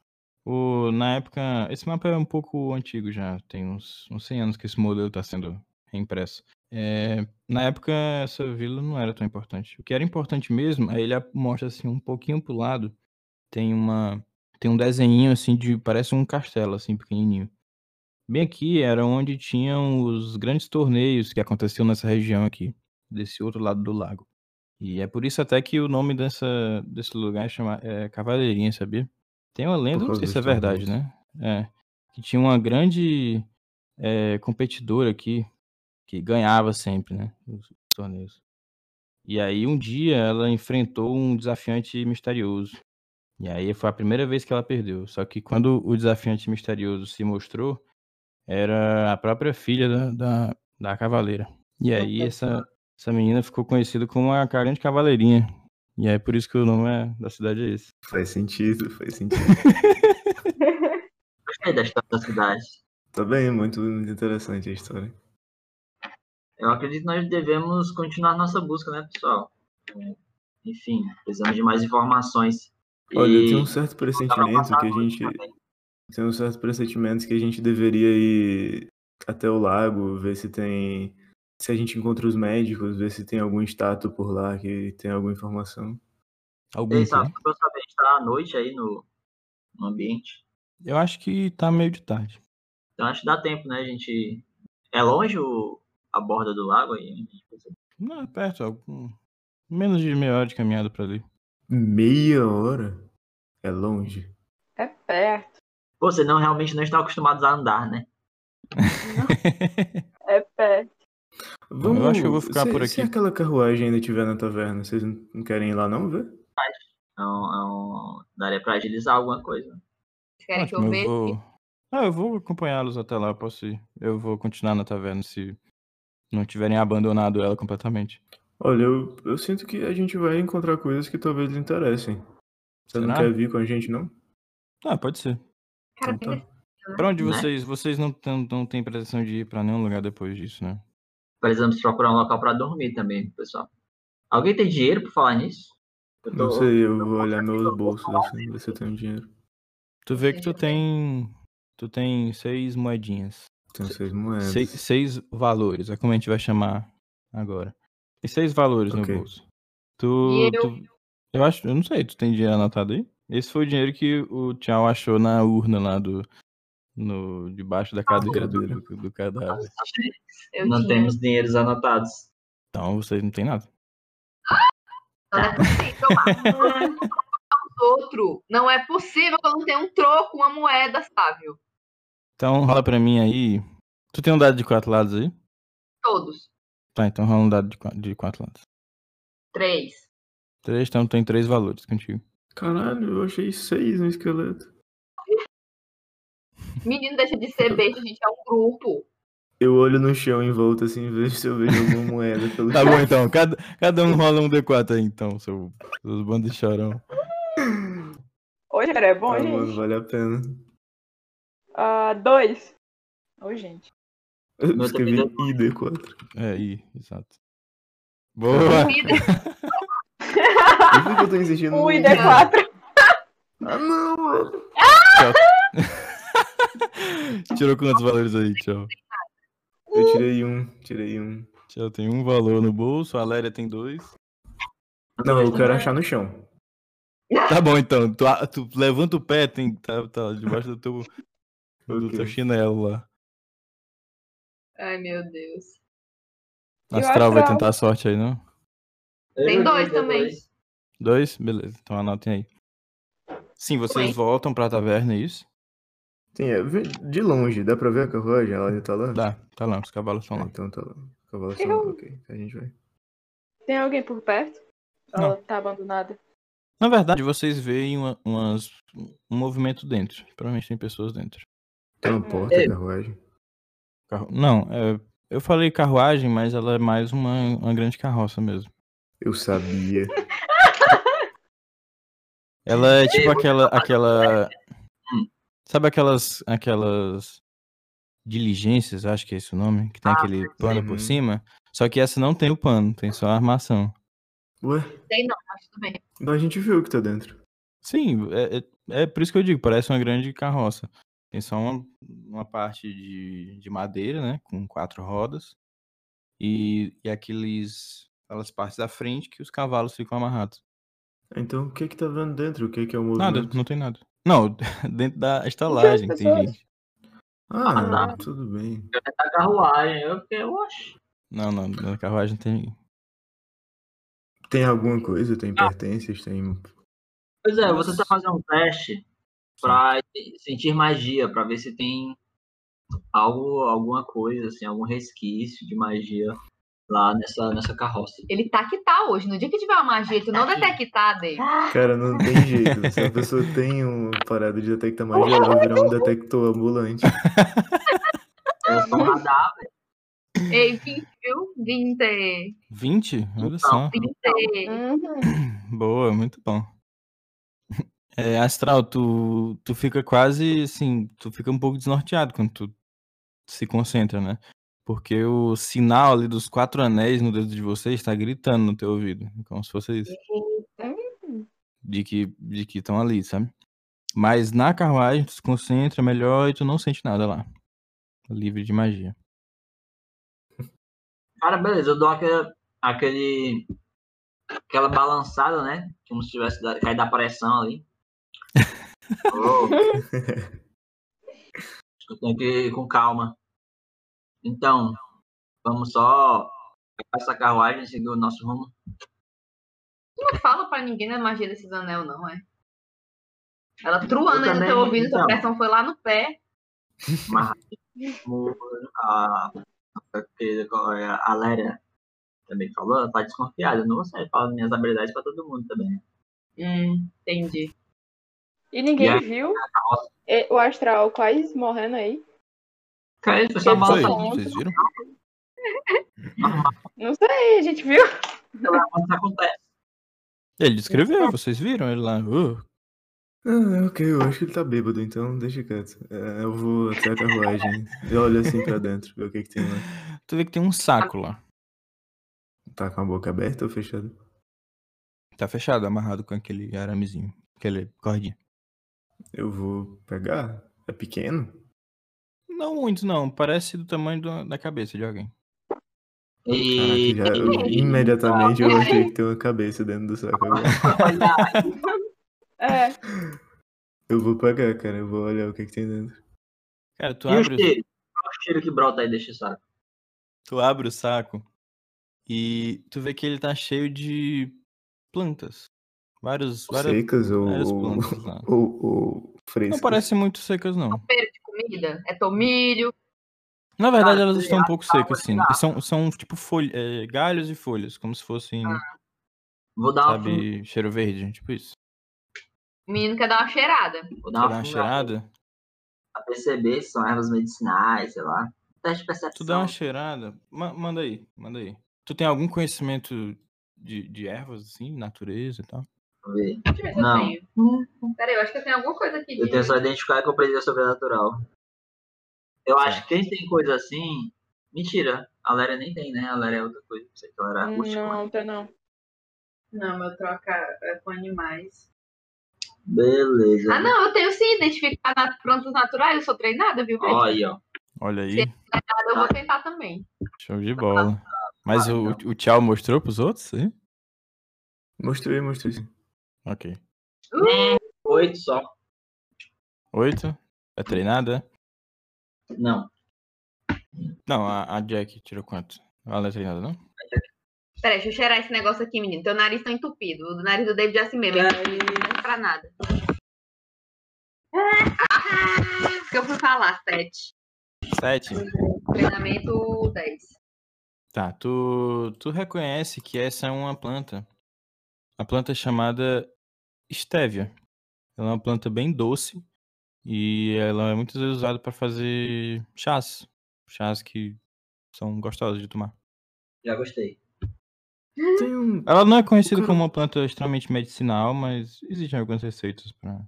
Speaker 4: O, na época, esse mapa é um pouco antigo já, tem uns, uns 100 anos que esse modelo está sendo reimpresso. É, na época, essa vila não era tão importante. O que era importante mesmo, aí ele a- mostra assim um pouquinho pro lado, tem uma tem um desenho assim de parece um castelo assim pequenininho. Bem aqui era onde tinham os grandes torneios que aconteciam nessa região aqui, desse outro lado do lago. E é por isso até que o nome dessa, desse lugar chama, é Cavaleirinha, sabia? Tem uma lenda, não
Speaker 1: causa
Speaker 4: sei se é
Speaker 1: dos
Speaker 4: verdade, né? É, que tinha uma grande é, competidora aqui, que ganhava sempre, né? Os torneios. E aí um dia ela enfrentou um desafiante misterioso. E aí foi a primeira vez que ela perdeu. Só que quando o desafiante misterioso se mostrou, era a própria filha da, da, da cavaleira. E aí essa, essa menina ficou conhecida como a grande cavaleirinha. E aí por isso que o nome é- da cidade é esse.
Speaker 1: Faz sentido, faz sentido.
Speaker 5: Gostei da história da cidade.
Speaker 1: tá bem, muito, muito interessante a história.
Speaker 5: Eu acredito que nós devemos continuar nossa busca, né, pessoal? É, Enfim, precisamos de mais informações.
Speaker 1: Olha,
Speaker 5: E-
Speaker 1: eu tenho um certo pressentimento que a gente. Tem um certo pressentimento que a gente deveria ir até o lago, ver se tem. Se a gente encontra os médicos, ver se tem algum estátua por lá que tem alguma informação.
Speaker 4: Algum
Speaker 1: Uhum.
Speaker 5: Ei,
Speaker 4: quê?
Speaker 5: Sato, pra eu saber, está à noite aí no, no ambiente.
Speaker 4: Eu acho que tá meio de tarde.
Speaker 5: Então acho que dá tempo, né, a gente... É longe o- a borda do lago aí?
Speaker 4: Não, é perto, algum... menos de meia hora de caminhada pra ali.
Speaker 1: Meia hora? É longe.
Speaker 2: É perto.
Speaker 5: Pô, Você não realmente não está acostumado a andar, né?
Speaker 2: É perto.
Speaker 1: Vamos,
Speaker 4: acho que eu vou ficar
Speaker 1: se,
Speaker 4: por
Speaker 1: Se
Speaker 4: aqui.
Speaker 1: aquela carruagem ainda estiver na taverna, vocês não não querem ir lá não ver?
Speaker 5: Então, é um- daria pra agilizar alguma coisa.
Speaker 3: Querem que eu
Speaker 4: Ótimo,
Speaker 3: veja?
Speaker 4: vou... Ah, eu vou acompanhá-los até lá, posso ir. Eu vou continuar na taverna se não tiverem abandonado ela completamente.
Speaker 1: Olha, eu, eu sinto que a gente vai encontrar coisas que talvez lhe interessem. Você não
Speaker 4: Será?
Speaker 1: quer vir com a gente, não?
Speaker 4: Ah, pode ser.
Speaker 3: Cara,
Speaker 1: Então tá.
Speaker 4: Pra onde
Speaker 5: Né?
Speaker 4: vocês... Vocês não, tão- não têm pretensão de ir pra nenhum lugar depois disso, né?
Speaker 5: Precisamos procurar um local pra dormir também, pessoal. Alguém tem dinheiro pra falar nisso? Eu
Speaker 1: Não
Speaker 5: tô-
Speaker 1: sei, eu vou olhar meus bolsos assim, ver se eu tenho dinheiro.
Speaker 4: Tu vê
Speaker 3: É.
Speaker 4: que tu tem... Tu tem seis moedinhas.
Speaker 1: Tenho
Speaker 4: Se-
Speaker 1: seis moedas.
Speaker 4: Sei- seis valores, é como a gente vai chamar agora. Tem seis valores
Speaker 1: Ok.
Speaker 4: no bolso. Tu,
Speaker 3: E eu-
Speaker 4: tu- eu acho, eu não sei, tu tem dinheiro anotado aí? Esse foi o dinheiro que o Tchau achou na urna lá do no debaixo
Speaker 3: Ah,
Speaker 4: da cadeira do, do, do cadáver.
Speaker 3: Eu
Speaker 5: Não
Speaker 3: tinha.
Speaker 5: temos dinheiros anotados.
Speaker 4: Então vocês não tem nada.
Speaker 3: assim, Então não é possível, Marcos. outros. Não é possível que eu não tenha um troco, uma moeda, sábio.
Speaker 4: Então rola pra mim aí. Tu tem um dado de quatro lados aí?
Speaker 3: Todos.
Speaker 4: Tá, então rola um dado de quatro, de quatro lados.
Speaker 3: Três.
Speaker 4: Três, então tem três valores contigo.
Speaker 1: Caralho, eu achei seis no esqueleto.
Speaker 3: Menino, deixa de ser beijo, gente. É um grupo.
Speaker 1: Eu olho no chão em volta assim, vejo se eu vejo alguma moeda pelo
Speaker 4: Tá bom então, cada, cada um rola um D4 aí então, seu, seus bandos de chorão.
Speaker 2: Hoje era bom,
Speaker 4: Tá,
Speaker 1: Ah, mano,
Speaker 2: gente.
Speaker 1: vale a pena.
Speaker 2: Ah, dois. Ô, gente.
Speaker 1: Eu
Speaker 5: Meu
Speaker 1: escrevi
Speaker 5: também
Speaker 1: ID4.
Speaker 4: É, aí, exato. Boa!
Speaker 3: Comida.
Speaker 1: Por que que eu tô insistindo?
Speaker 2: Um
Speaker 1: no
Speaker 2: e D4.
Speaker 1: Ah, não, mano.
Speaker 4: Tirou quantos valores aí, tchau?
Speaker 1: Eu tirei um, tirei um.
Speaker 4: Tchau, tem um valor no bolso, a Léria tem dois.
Speaker 1: Não, eu quero achar no chão.
Speaker 4: Tá bom então, tu, a- tu levanta o pé, tem, tá, tá debaixo do teu, do
Speaker 1: Ok.
Speaker 4: teu chinelo lá.
Speaker 3: Ai, meu Deus.
Speaker 2: E o
Speaker 4: Astral vai
Speaker 2: astral?
Speaker 4: tentar a sorte aí, não?
Speaker 3: Tem
Speaker 5: Eu
Speaker 3: dois
Speaker 5: joguei
Speaker 3: também.
Speaker 5: dois.
Speaker 4: Dois? Beleza, então anotem aí. Sim, vocês
Speaker 3: Oi.
Speaker 4: voltam pra taverna, é isso?
Speaker 1: Sim, é, vê- de longe, dá pra ver a carruagem? Ela já tá lá?
Speaker 4: Dá, tá lá, os cavalos estão
Speaker 5: É.
Speaker 1: Ah,
Speaker 4: lá.
Speaker 1: Então tá lá. Cavalo só,
Speaker 2: Eu-
Speaker 1: ok. A gente vai.
Speaker 2: Tem alguém por perto? Ela tá abandonada.
Speaker 4: Na verdade, vocês veem uma- umas, um movimento dentro. Provavelmente tem pessoas dentro.
Speaker 1: Tem uma porta,
Speaker 5: É.
Speaker 1: carruagem.
Speaker 4: Carru- Não, é, eu falei carruagem, mas ela é mais uma, uma grande carroça mesmo.
Speaker 1: Eu sabia.
Speaker 4: Ela é tipo
Speaker 5: Eu-
Speaker 4: aquela. aquela
Speaker 5: Hum.
Speaker 4: sabe aquelas. aquelas diligências, acho que é esse o nome, que tem aquele pano
Speaker 1: Uhum.
Speaker 4: por cima. Só que essa não tem o pano, tem só a armação.
Speaker 1: Ué,
Speaker 3: Tem não, mas tudo bem.
Speaker 1: então a gente viu o que tá dentro.
Speaker 4: Sim, é, é, é por isso que eu digo, parece uma grande carroça. Tem só uma, uma parte de, de madeira, né? Com quatro rodas. E, e aqueles, aquelas partes da frente que os cavalos ficam amarrados.
Speaker 1: Então o que que tá vendo dentro? O que que é o movimento?
Speaker 4: Nada, não tem nada. Não, dentro da estalagem tem
Speaker 2: pessoas?
Speaker 4: gente.
Speaker 1: Ah,
Speaker 5: Ah, tá.
Speaker 1: tudo bem.
Speaker 5: A carruagem. Eu fiquei, oxe.
Speaker 4: Não, não, na carruagem não tem ninguém.
Speaker 1: Tem alguma coisa? Tem pertences? Tem.
Speaker 5: Pois é, eu vou
Speaker 4: Nossa.
Speaker 5: tentar fazer um teste pra sentir magia, pra ver se tem algo, alguma coisa, assim, algum resquício de magia lá nessa, nessa carroça.
Speaker 3: Ele tá que tá hoje. No dia que tiver uma magia, tu não detectar dele.
Speaker 1: Cara, não tem jeito. Se a pessoa tem uma parada de detectar magia, ela vai virar um detector ambulante.
Speaker 5: É só um radar,
Speaker 3: Ei, 20, viu? 20.
Speaker 4: 20? Olha só.
Speaker 5: então.
Speaker 3: 20.
Speaker 2: Uhum.
Speaker 4: Boa, muito bom. É, Astral, tu, tu fica quase assim, tu fica um pouco desnorteado quando tu se concentra, né? Porque o sinal ali dos quatro anéis no dedo de vocês tá gritando no teu ouvido, como se fosse isso. De que de que estão ali, sabe? Mas na carruagem tu se concentra melhor e tu não sente nada lá. Livre de magia.
Speaker 5: Cara, beleza, eu dou aquele, aquele aquela balançada, né? Como se tivesse da- caído da pressão ali. Oh. Acho que Eu tenho que ir com calma. Então, vamos só pegar essa carruagem e seguir o nosso rumo.
Speaker 3: Não fala pra ninguém da magia desses anel, não, é? Ela truando ainda no
Speaker 5: Eu também,
Speaker 3: teu ouvido,
Speaker 5: então.
Speaker 3: tua pressão foi lá no pé.
Speaker 5: Como a, a, que- a Léria também falou, ela tá desconfiada. Eu não vou sair falando minhas habilidades pra todo mundo também. né?
Speaker 3: Hum, entendi.
Speaker 2: E ninguém
Speaker 5: Yeah.
Speaker 2: viu E- o astral quase morrendo aí.
Speaker 5: Cara, isso foi só
Speaker 2: Ele
Speaker 5: uma
Speaker 2: Fala
Speaker 4: Foi,
Speaker 2: pra
Speaker 5: balança
Speaker 2: outra.
Speaker 4: vocês viram?
Speaker 2: Não sei, a gente viu.
Speaker 5: que acontece.
Speaker 4: Ele descreveu, vocês viram ele lá. Uh,
Speaker 1: Ah, ok, eu acho que ele tá bêbado, então deixa quieto. É, eu vou até a carruagem. Eu olho assim pra dentro, ver o que que tem lá.
Speaker 4: tu vê que tem um saco lá.
Speaker 1: Tá com a boca aberta ou fechada?
Speaker 4: Tá fechado, amarrado com aquele aramezinho, aquele cordinha.
Speaker 1: Eu vou pegar. É pequeno?
Speaker 4: Não muito, não. Parece do tamanho do- da cabeça de alguém.
Speaker 5: E.
Speaker 1: Caraca, já, eu- imediatamente eu achei que tem uma cabeça dentro do saco agora.
Speaker 2: É.
Speaker 1: Eu vou pegar, cara, eu vou olhar o que que tem dentro.
Speaker 4: Cara, tu
Speaker 5: E o
Speaker 4: abre, o-
Speaker 5: um cheiro? Qual o cheiro que brota aí deste saco?
Speaker 4: tu abre o saco e tu vê que ele tá cheio de plantas. Vários, várias,
Speaker 1: Secas ou,
Speaker 4: várias
Speaker 1: ou,
Speaker 4: plantas lá.
Speaker 1: ou, ou
Speaker 4: Não
Speaker 1: frescas.
Speaker 4: parecem muito secas, não.
Speaker 3: Pera de comida? É tomilho?
Speaker 4: Na verdade,
Speaker 5: Ah,
Speaker 4: elas
Speaker 5: sei
Speaker 4: estão um
Speaker 5: lá,
Speaker 4: pouco
Speaker 5: tá,
Speaker 4: secas,
Speaker 5: mas
Speaker 4: sim.
Speaker 5: dá.
Speaker 4: E São, são tipo folha, é, galhos e folhas, como se fossem,
Speaker 5: Vou dar uma, fun-
Speaker 4: sabe, cheiro verde, tipo isso.
Speaker 3: O menino quer dar uma cheirada.
Speaker 5: vou
Speaker 4: Dá
Speaker 5: dar
Speaker 4: uma
Speaker 5: uma fungada
Speaker 4: cheirada?
Speaker 5: pra perceber se são ervas medicinais, sei lá. Teste de
Speaker 4: Tu
Speaker 5: percepção.
Speaker 4: dá um uma cheirada? Ma- manda aí, manda aí. Tu tem algum conhecimento de, de ervas, assim, natureza e tal?
Speaker 5: Vou ver.
Speaker 3: Deixa eu ver se
Speaker 5: Não. Hum.
Speaker 3: eu tenho. Peraí, eu acho que eu tenho alguma coisa aqui.
Speaker 5: Eu
Speaker 3: de-
Speaker 5: tenho só identificar que eu aprendi sobrenatural. Eu acho
Speaker 4: Certo.
Speaker 5: que quem tem coisa assim. Mentira, a Léria nem tem, né? A Léria é outra coisa. Não sei que ela era acústica.
Speaker 2: Não, tá não.
Speaker 3: Não, meu troca é com animais.
Speaker 5: Beleza.
Speaker 3: Ah, não, eu tenho sim identificar na- plantas naturais, eu sou treinada, viu?
Speaker 5: Ó, tá. aí, ó.
Speaker 4: Olha aí,
Speaker 3: Sim. Eu vou tentar também.
Speaker 4: show de bola. Mas
Speaker 5: Ah,
Speaker 4: o, o Tchau mostrou pros outros, hein?
Speaker 1: Mostrei, mostrei. sim.
Speaker 4: Ok.
Speaker 5: É, Oito só.
Speaker 4: Oito? É treinada? é?
Speaker 5: Não.
Speaker 4: Não, a, a Jack tirou quanto? Ela não é treinada, não?
Speaker 3: Peraí, deixa eu cheirar esse negócio aqui, menino. Teu nariz tá entupido. O nariz do David é assim mesmo. Ele não serve pra nada. Ah, o que eu fui falar, Sete.
Speaker 4: Sete?
Speaker 3: Treinamento 10.
Speaker 4: Tá, tu, tu reconhece que essa é uma planta. A planta é chamada estévia. Ela é uma planta bem doce e ela é muitas vezes usada para fazer chás. Chás que são gostosos de tomar.
Speaker 5: Já gostei.
Speaker 1: Tem um.
Speaker 4: Ela não é conhecida como uma planta extremamente medicinal, mas existem algumas receitas para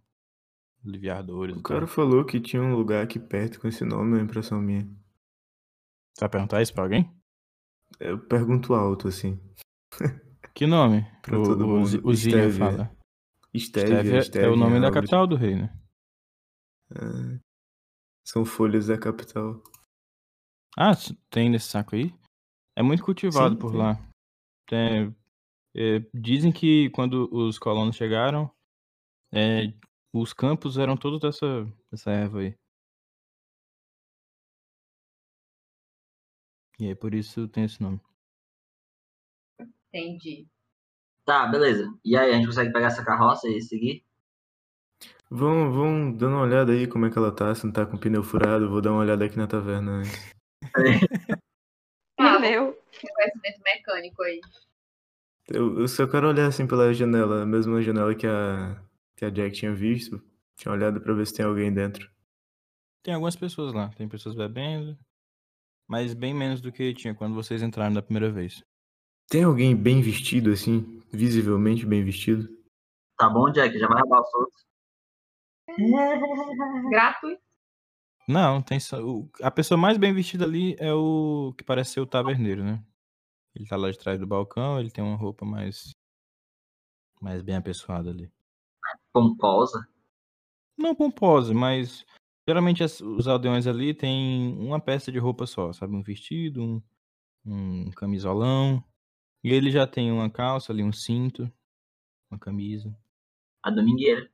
Speaker 4: aliviar dores.
Speaker 1: O
Speaker 4: e tal.
Speaker 1: cara falou que tinha um lugar aqui perto com esse nome, é uma impressão minha.
Speaker 4: Tu vai perguntar isso pra alguém?
Speaker 1: Eu pergunto alto, assim.
Speaker 4: Que nome?
Speaker 1: Pra todo
Speaker 4: o,
Speaker 1: mundo,
Speaker 4: o Zinha
Speaker 1: estévia.
Speaker 4: fala.
Speaker 1: Estévia,
Speaker 4: Estévia é o nome da capital do reino.
Speaker 1: São folhas da capital.
Speaker 4: Ah, s- tem nesse saco aí? É muito cultivado
Speaker 1: Sim,
Speaker 4: por
Speaker 1: tem.
Speaker 4: lá. Tem- é, dizem que quando os colonos chegaram, é, os campos eram todos dessa, dessa erva aí. E aí por isso tem esse nome.
Speaker 3: Entendi.
Speaker 5: Tá, beleza. E aí, a gente consegue pegar essa carroça e seguir?
Speaker 1: Vão, vão dando uma olhada aí como é que ela tá, se não tá com pneu furado, eu vou dar uma olhada aqui na taverna né? antes.
Speaker 3: Ah,
Speaker 2: Meu.
Speaker 3: Conhecimento mecânico aí.
Speaker 1: Eu, eu só quero olhar assim pela janela, a mesma janela que a, que a Jack tinha visto. Tinha olhado pra ver se tem alguém dentro.
Speaker 4: Tem algumas pessoas lá, tem pessoas bebendo, mas bem menos do que tinha quando vocês entraram da primeira vez.
Speaker 1: Tem alguém bem vestido, assim? Visivelmente bem vestido?
Speaker 5: Tá bom, Jack? Já vai roubar os outros.
Speaker 3: Gratuito.
Speaker 4: Não, tem só, o- a pessoa mais bem vestida ali é o que parece ser o taverneiro, né? Ele tá lá de trás do balcão, ele tem uma roupa mais mais bem apessoada ali.
Speaker 5: Pomposa.
Speaker 4: Não pomposa, mas geralmente as- os aldeões ali têm uma peça de roupa só, sabe? Um vestido, um, um camisolão. E ele já tem uma calça ali, um cinto, uma camisa.
Speaker 5: A domingueira.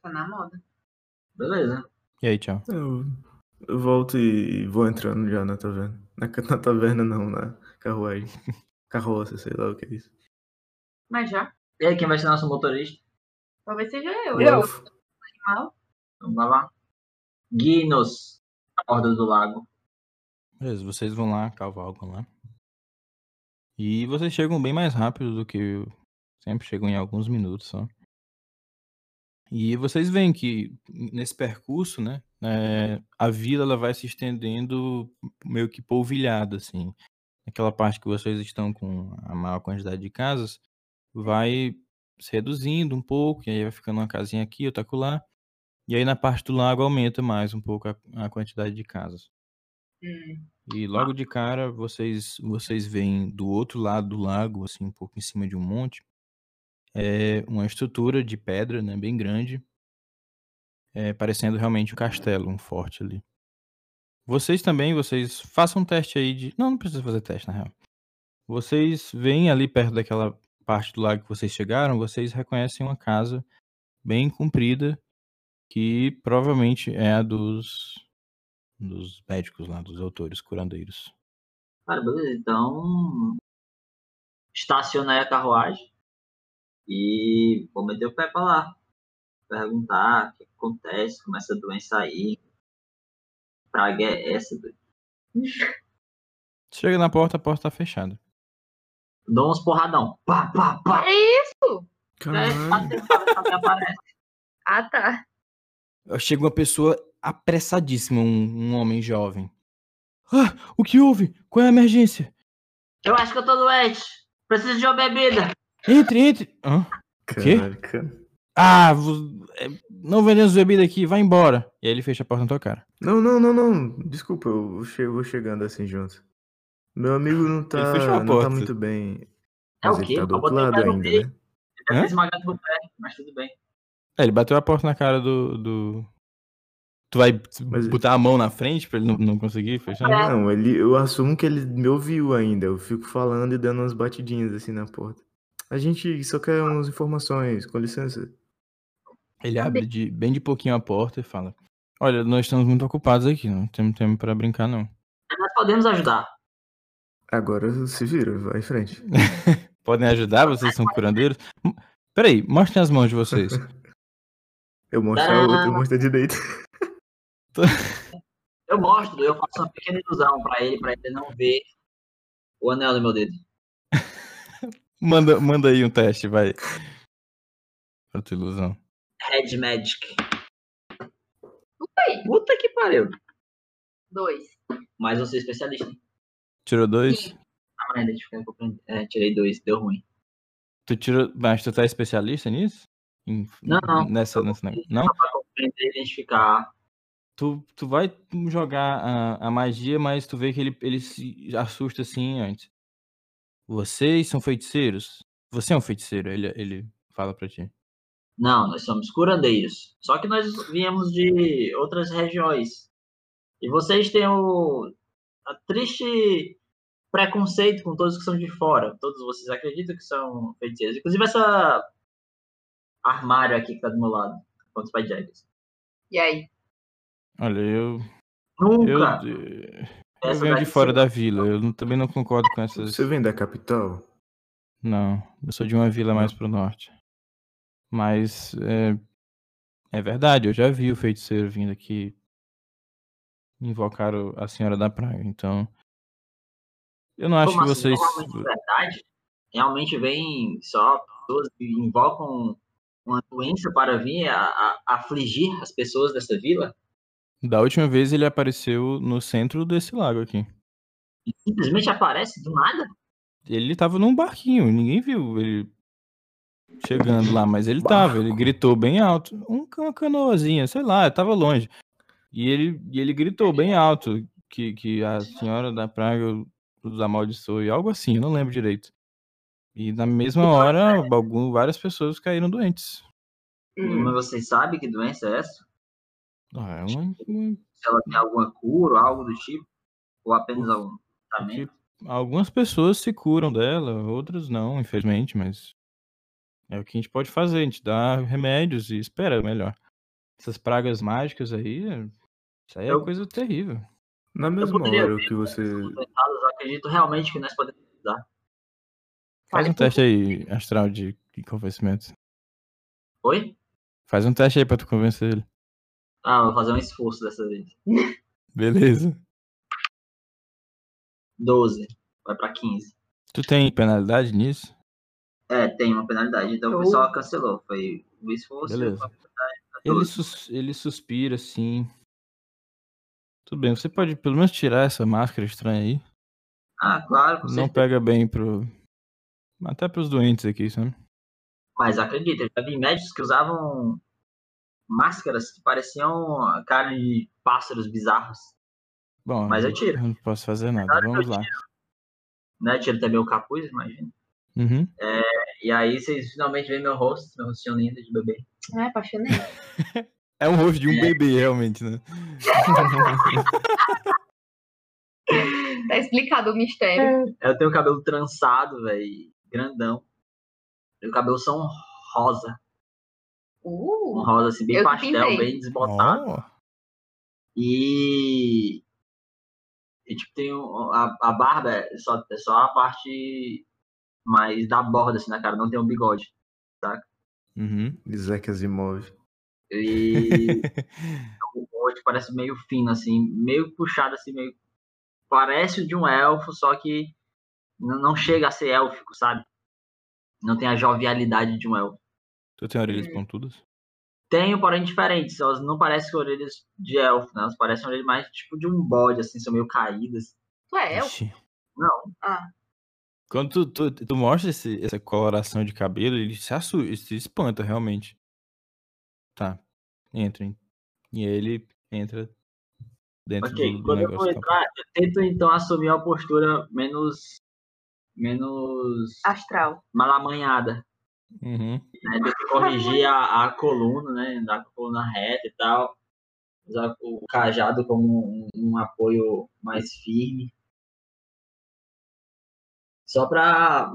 Speaker 3: Tá na moda.
Speaker 5: Beleza.
Speaker 4: E aí, tchau.
Speaker 1: Eu, eu volto e vou entrando já na taverna. Na, ca- na taverna não, na carruagem. Carroça, sei lá o que é isso.
Speaker 3: Mas já.
Speaker 5: E aí, quem vai ser nosso motorista?
Speaker 3: Talvez seja eu. né?
Speaker 1: Eu,
Speaker 5: Vamos lá. lá. Guinos. A borda do lago.
Speaker 4: Beleza, vocês vão lá, cavalgam lá. E vocês chegam bem mais rápido do que eu. sempre chegam em alguns minutos só. E vocês veem que nesse percurso, né, eh, a vila ela vai se estendendo meio que polvilhada, assim. Aquela parte que vocês estão com a maior quantidade de casas vai se reduzindo um pouco, e aí vai ficando uma casinha aqui, outra acolá. E aí na parte do lago aumenta mais um pouco a- a quantidade de casas.
Speaker 3: Hum,
Speaker 4: E logo de cara, vocês vocês veem do outro lado do lago, assim, um pouco em cima de um monte, é uma estrutura de pedra, né, bem grande, é, parecendo realmente um castelo, um forte ali. Vocês também, vocês façam um teste aí de... Não, não precisa fazer teste, na real. Vocês veem ali perto daquela parte do lago que vocês chegaram, vocês reconhecem uma casa bem comprida, que provavelmente é a dos, dos médicos lá, dos autores curandeiros.
Speaker 5: Cara, beleza. Então. Estaciona aí a carruagem. E vou meter o pé pra lá. Perguntar o que acontece, como essa doença aí. Praga é essa, doido.
Speaker 4: Chega na porta, a porta tá fechada.
Speaker 5: Dou uns porradão. Pá, pá, pá. É, tá
Speaker 3: É isso?
Speaker 1: Caralho.
Speaker 3: Ah, tá.
Speaker 4: Chega uma pessoa apressadíssima, um, um homem jovem. Ah, o que houve? Qual é a emergência?
Speaker 5: Eu acho que eu tô doente. Preciso de uma bebida.
Speaker 4: Entre, entre. Hã? quê?
Speaker 1: Caraca.
Speaker 4: Ah, vo- é, não vendemos bebida aqui, vai embora. E aí ele fecha a porta na tua cara.
Speaker 1: Não, não, não, não. Desculpa, eu che- vou chegando assim junto. Meu amigo não tá,
Speaker 4: fechou a
Speaker 1: não tá
Speaker 4: porta.
Speaker 1: muito bem.
Speaker 5: É
Speaker 1: Mas
Speaker 5: o
Speaker 1: ele
Speaker 5: quê?
Speaker 1: tá
Speaker 5: Eu
Speaker 1: do outro
Speaker 5: botei o
Speaker 1: lado
Speaker 5: pé no
Speaker 1: ainda,
Speaker 5: meio.
Speaker 1: né?
Speaker 5: Eu
Speaker 4: Hã?
Speaker 5: tô esmagado com o pé, mas tudo bem.
Speaker 4: É, ele bateu a porta na cara do. do- Tu vai
Speaker 1: Mas-
Speaker 4: botar a mão na frente pra ele não, não conseguir fechar?
Speaker 3: É.
Speaker 1: Não, ele, eu assumo que ele me ouviu ainda. Eu fico falando e dando umas batidinhas assim na porta. A gente só quer umas informações, com licença.
Speaker 4: Ele abre de- bem de pouquinho a porta e fala: Olha, nós estamos muito ocupados aqui, não temos tempo pra brincar, não.
Speaker 5: Nós podemos ajudar.
Speaker 1: Agora se vira, vai em frente.
Speaker 4: Podem ajudar, vocês são curandeiros. M- Peraí, mostrem as mãos de vocês.
Speaker 1: Eu mostro a outra, eu mostro a direita.
Speaker 5: Eu mostro, eu faço uma pequena ilusão pra ele, pra ele não ver o anel no meu dedo.
Speaker 4: Manda, manda aí um teste, vai. Pra tua ilusão.
Speaker 5: Red Magic.
Speaker 3: Ui,
Speaker 5: Puta que pariu.
Speaker 3: dois.
Speaker 5: Mas eu sou especialista.
Speaker 4: Tirou dois?
Speaker 5: Ah, mas deixa eu ficar- É, tirei dois, deu ruim.
Speaker 4: Tu tirou. Mas tu tá especialista nisso? Em-
Speaker 5: Não, não.
Speaker 4: Nessa, nessa, não?
Speaker 5: Só pra compreender e identificar.
Speaker 4: Tu, tu vai jogar a, a magia, mas tu vê que ele, ele se assusta assim antes. Vocês são feiticeiros? Você é um feiticeiro, ele, ele fala pra ti.
Speaker 5: Não, nós somos curandeiros. Só que nós viemos de outras regiões. E vocês têm o a triste preconceito com todos que são de fora. Todos vocês acreditam que são feiticeiros. Inclusive essa armário aqui que tá do meu lado. Contra os Pajagas.
Speaker 3: E aí?
Speaker 4: Olha, eu. Eu,
Speaker 5: Nunca!
Speaker 4: eu
Speaker 5: Essa
Speaker 4: venho de
Speaker 5: daqui
Speaker 4: fora
Speaker 5: sou-
Speaker 4: da vila, eu não- também não concordo com essas.
Speaker 1: Você vem da capital?
Speaker 4: Não, eu sou de uma vila mais pro norte. Mas é, é verdade, eu já vi o feiticeiro vindo aqui invocar o- a Senhora da Praga, então. Eu não acho
Speaker 5: Como
Speaker 4: que
Speaker 5: assim?
Speaker 4: vocês.
Speaker 5: Normalmente, de verdade, realmente vem só pessoas que invocam uma doença para vir a, a- afligir as pessoas dessa vila.
Speaker 4: Da última vez ele apareceu no centro desse lago aqui.
Speaker 5: E simplesmente aparece do nada.
Speaker 4: Ele tava num barquinho, ninguém viu ele chegando lá, mas ele tava, ele
Speaker 1: Barco.
Speaker 4: gritou bem alto. Um, ca- uma canoazinha, sei lá, eu tava longe. E ele, e ele gritou bem alto que, que a senhora da praga os amaldiçoou e algo assim, eu não lembro direito. E na mesma hora, algum, várias pessoas caíram doentes.
Speaker 5: Mas vocês sabem que doença é essa?
Speaker 4: Ah, é uma- uma-
Speaker 5: Se ela tem alguma cura ou algo do tipo? Ou apenas algum tratamento?
Speaker 4: Tipo, algumas pessoas se curam dela, outras não, infelizmente, mas é o que a gente pode fazer, a gente dá remédios e espera melhor. Essas pragas mágicas aí, é- isso aí é
Speaker 5: Eu-
Speaker 4: coisa terrível.
Speaker 1: Na mesma
Speaker 5: poderia
Speaker 1: hora que você.
Speaker 5: Comentados, eu acredito realmente que nós podemos.
Speaker 4: Faz
Speaker 3: Fale
Speaker 4: um
Speaker 3: por-
Speaker 4: teste aí, astral de, de convencimento.
Speaker 5: Oi?
Speaker 4: Faz um teste aí pra tu convencer ele.
Speaker 5: Ah, vou fazer um esforço dessa vez.
Speaker 4: Beleza.
Speaker 5: 12. Vai pra 15.
Speaker 4: Tu tem penalidade nisso?
Speaker 5: É, tem uma penalidade. Então o
Speaker 3: Show.
Speaker 5: pessoal cancelou. Foi o esforço.
Speaker 4: Beleza.
Speaker 5: foi
Speaker 4: Ele, sus- ele suspira assim. Tudo bem, você pode pelo menos tirar essa máscara estranha aí.
Speaker 5: Ah, claro, com
Speaker 4: Não
Speaker 5: certeza.
Speaker 4: pega bem pro. Até pros doentes aqui, sabe?
Speaker 5: Mas acredita, eu já vi médicos que usavam máscaras que pareciam a cara de pássaros bizarros.
Speaker 4: Bom,
Speaker 5: Mas eu tiro.
Speaker 4: não posso fazer nada.
Speaker 5: Claro que
Speaker 4: Vamos
Speaker 5: eu
Speaker 4: lá.
Speaker 5: Né? Tiro também o capuz, imagina.
Speaker 4: Uhum.
Speaker 5: E aí vocês finalmente veem meu rosto, meu rostinho lindo de bebê.
Speaker 3: Ah, apaixonei.
Speaker 4: É um rosto de um bebê, realmente, né?
Speaker 3: Tá explicado o
Speaker 2: é,
Speaker 3: mistério.
Speaker 5: Eu tenho o cabelo trançado, velho, grandão. Meu cabelo são rosa, um
Speaker 3: Uh,
Speaker 5: rosa assim, bem
Speaker 3: Eu que
Speaker 5: pastel,
Speaker 3: pintei.
Speaker 5: bem desbotado. E. E tipo, tem um- a, a barba é só, é só a parte mais da borda assim na cara, não tem um bigode. saca?
Speaker 4: Uhum.
Speaker 1: Isaac Asimov.
Speaker 5: E é o Hoje parece meio fino, assim, meio puxado, assim, meio. Parece o de um elfo, só que n- não chega a ser élfico, sabe? Não tem a jovialidade de um elfo.
Speaker 4: Tu tem
Speaker 5: É.
Speaker 4: orelhas pontudas?
Speaker 5: Tenho, porém, diferentes. Elas não parecem orelhas de elfo, né? Elas parecem orelhas mais tipo de um bode, assim, são meio caídas.
Speaker 3: Tu é elfo?
Speaker 4: Ixi.
Speaker 5: Não.
Speaker 3: Ah.
Speaker 4: Quando tu, tu, tu mostra esse- essa coloração de cabelo, ele se assusta, ele se espanta realmente. Tá. Entra, hein? E aí ele entra dentro
Speaker 5: Ok,
Speaker 4: do, do
Speaker 5: quando eu vou
Speaker 4: negócio. tá?
Speaker 5: entrar, eu tento então assumir uma postura menos. menos.
Speaker 3: Ah. Astral.
Speaker 5: malamanhada.
Speaker 4: Uhum.
Speaker 5: né? Tento corrigir a, a coluna, né? Andar com a coluna reta e tal. Usar o cajado como um, um apoio mais firme. Só pra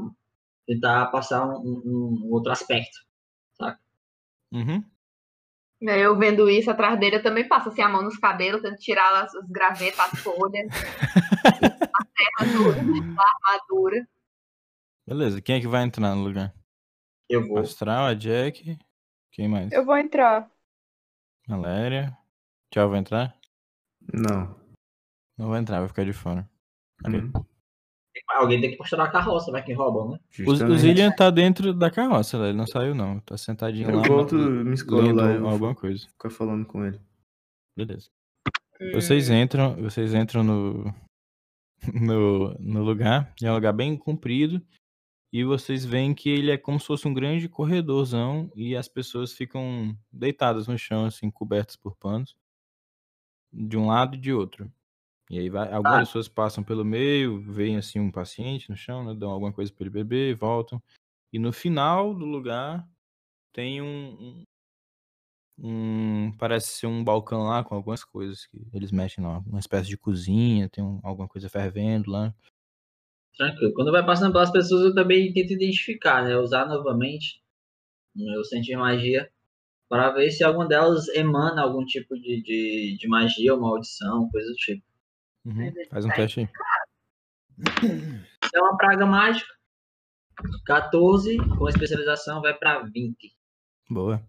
Speaker 5: tentar passar um, um- um outro aspecto.
Speaker 4: Uhum.
Speaker 3: E aí Eu vendo isso atrás dele, eu também passo assim a mão nos cabelos, tento tirar as, as gravetas, as folhas, a armadura, a armadura.
Speaker 4: Beleza, quem é que vai entrar no lugar?
Speaker 5: Eu vou.
Speaker 4: Astral, a Jack. Quem mais?
Speaker 2: Eu vou entrar.
Speaker 4: Valéria. Tchau, vai entrar?
Speaker 1: Não.
Speaker 4: Não vai entrar, vai ficar de fora. Ok.
Speaker 1: Hum,
Speaker 5: Alguém tem que posturar a carroça, vai que roubam, né?
Speaker 4: O, o
Speaker 1: justamente.
Speaker 4: Zillian tá dentro da carroça, ele não saiu não. Tá sentadinho
Speaker 1: Eu
Speaker 4: lá.
Speaker 1: volto,
Speaker 4: lendo
Speaker 1: me escolo lá, eu vou
Speaker 4: alguma coisa.
Speaker 1: ficar falando com ele.
Speaker 4: Beleza. Vocês entram, vocês entram no, no, no lugar, é um lugar bem comprido, e vocês veem que ele é como se fosse um grande corredorzão, e as pessoas ficam deitadas no chão, assim, cobertas por panos, de um lado e de outro. E aí vai, algumas
Speaker 5: Ah.
Speaker 4: pessoas passam pelo meio, veem assim um paciente no chão, né, dão alguma coisa para ele beber, voltam. E no final do lugar tem um, um, um- Parece ser um balcão lá com algumas coisas que eles mexem lá. Uma espécie de cozinha, tem um- alguma coisa fervendo lá.
Speaker 5: Tranquilo. Quando vai passando pelas pessoas, eu também tento identificar, né? Usar novamente o meu sentir magia para ver se alguma delas emana algum tipo de, de, de magia ou maldição, coisa do tipo.
Speaker 4: Uhum, Faz um teste aí.
Speaker 5: É uma praga mágica. 14 com especialização vai pra 20.
Speaker 4: Boa.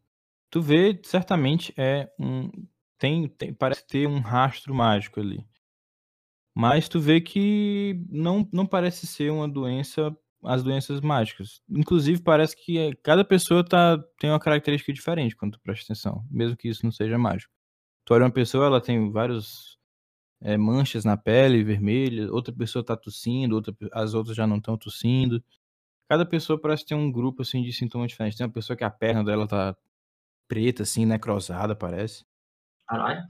Speaker 4: Tu vê, certamente é um. Tem, tem- parece ter um rastro mágico ali. Mas tu vê que não, não parece ser uma doença, as doenças mágicas. Inclusive, parece que é- cada pessoa tá, tem uma característica diferente quando tu presta atenção, mesmo que isso não seja mágico. Tu olha uma pessoa, ela tem vários eh, manchas na pele vermelha, outra pessoa tá tossindo, outra, pe- as outras já não estão tossindo. Cada pessoa parece ter um grupo assim de sintomas diferentes. Tem uma pessoa que a perna dela tá preta, assim, necrosada, parece.
Speaker 5: Caralho.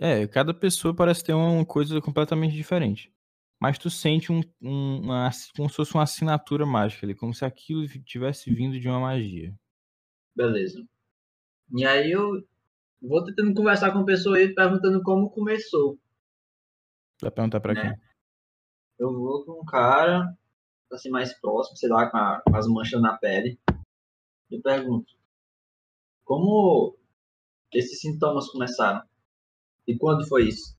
Speaker 4: É, cada pessoa parece ter uma coisa completamente diferente. Mas tu sente um, um- uma, assi- como se fosse uma assinatura mágica ali, como se aquilo vi- tivesse vindo de uma magia.
Speaker 5: Beleza. E aí eu vou tentando conversar com a pessoa aí, perguntando como começou.
Speaker 4: Vai perguntar pra
Speaker 5: Né?
Speaker 4: quem?
Speaker 5: Eu vou com um cara, assim, mais próximo, sei lá, com, a- com as manchas na pele. Eu pergunto, como esses sintomas começaram? E quando foi isso?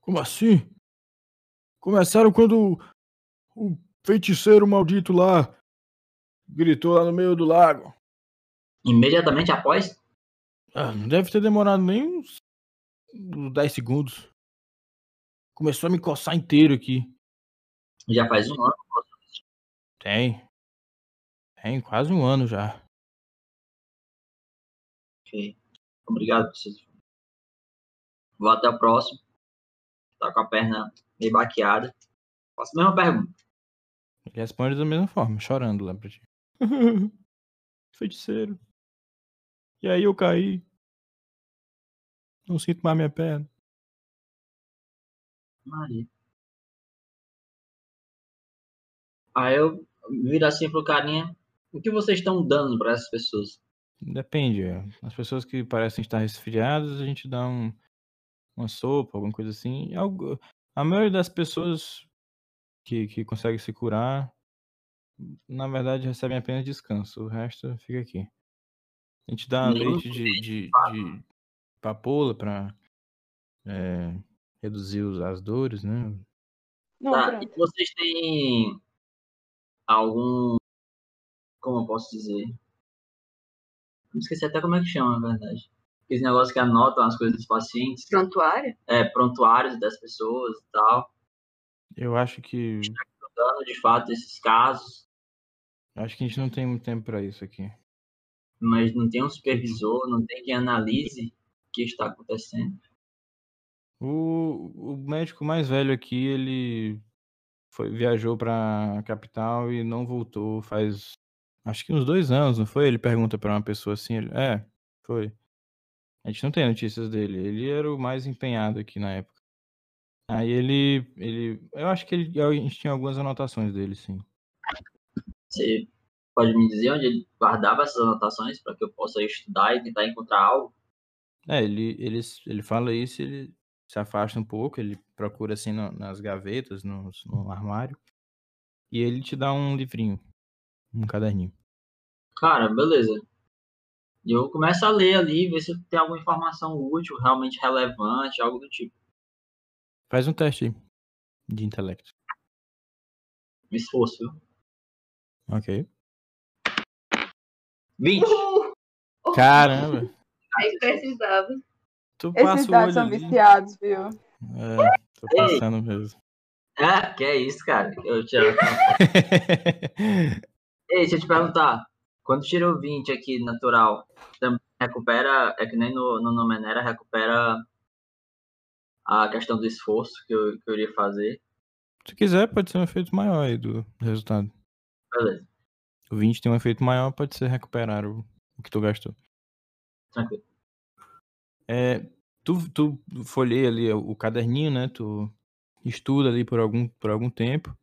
Speaker 4: Como assim? Começaram quando o feiticeiro maldito lá gritou lá no meio do lago.
Speaker 5: Imediatamente após?
Speaker 4: Ah, não deve ter demorado nem uns, uns 10 segundos. Começou a me coçar inteiro aqui.
Speaker 5: Já faz um ano.
Speaker 4: Tem. Tem quase um ano já.
Speaker 5: Ok. Obrigado, professor. Vou até o próximo. Tá com a perna meio baqueada. Faço a mesma pergunta.
Speaker 4: Ele responde da mesma forma, chorando lá pra ti. Feiticeiro. E aí eu caí. Não sinto mais minha perna.
Speaker 5: Maria. Aí eu viro assim pro carinha. O que vocês estão dando pra essas pessoas?
Speaker 4: Depende. é. As pessoas que parecem estar resfriadas, a gente dá um, uma sopa, alguma coisa assim. E algo- A maioria das pessoas que, que consegue se curar, na verdade, recebem apenas descanso. O resto fica aqui. A gente dá
Speaker 5: Nenhum
Speaker 4: leite de, de, de papoula pra eh, reduzir os- as dores, né?
Speaker 2: Não,
Speaker 5: Tá, e
Speaker 2: pronto.
Speaker 5: vocês têm algum. Como eu posso dizer? Eu esqueci até como é que chama, na verdade. Aqueles negócios que anotam as coisas dos pacientes,
Speaker 3: Prontuário?
Speaker 5: é, prontuários das pessoas e tal.
Speaker 4: Eu acho que.
Speaker 5: Estudando de fato esses casos,
Speaker 4: Acho que a gente não tem muito tempo pra isso aqui.
Speaker 5: mas não tem um supervisor, não tem quem analise o que está acontecendo.
Speaker 4: O, o médico mais velho aqui, ele foi, viajou pra capital e não voltou faz acho que uns dois anos, não foi? Ele pergunta pra uma pessoa assim, ele- é, foi. A gente não tem notícias dele. Ele era o mais empenhado aqui na época. Aí ele, ele, eu acho que ele, a gente tinha algumas anotações dele, sim.
Speaker 5: Você pode me dizer onde ele guardava essas anotações para que eu possa estudar e tentar encontrar algo?
Speaker 4: É, ele, ele, s- ele fala isso, ele se afasta um pouco, ele procura assim na- nas gavetas, nos- no, armário, e ele te dá um livrinho, um caderninho.
Speaker 5: Cara, beleza. E eu começo a ler ali, ver se tem alguma informação útil, realmente relevante, algo do tipo.
Speaker 4: Faz um teste aí de intelecto.
Speaker 5: Me esforço, viu?
Speaker 4: Ok.
Speaker 5: 20!
Speaker 3: Uhul!
Speaker 4: Caramba!
Speaker 3: Aí precisava.
Speaker 4: Tu
Speaker 2: Esses
Speaker 4: passa
Speaker 2: dados
Speaker 4: o olho
Speaker 2: são
Speaker 4: ali.
Speaker 2: viciados, viu?
Speaker 4: É, tô passando mesmo.
Speaker 5: É, que é isso, cara. Eu te... Ei, deixa eu te perguntar. Quando tirou 20 aqui, natural, também recupera, é que nem no, no Nomenera, recupera a questão do esforço que eu, que eu iria fazer.
Speaker 4: Se quiser, pode ser um efeito maior aí do resultado.
Speaker 5: Beleza,
Speaker 4: O 20 tem um efeito maior, pode ser recuperar o, o que tu gastou.
Speaker 5: tranquilo.
Speaker 4: É, tu, tu folheia ali o o caderninho, né? Tu estuda ali por algum, por algum tempo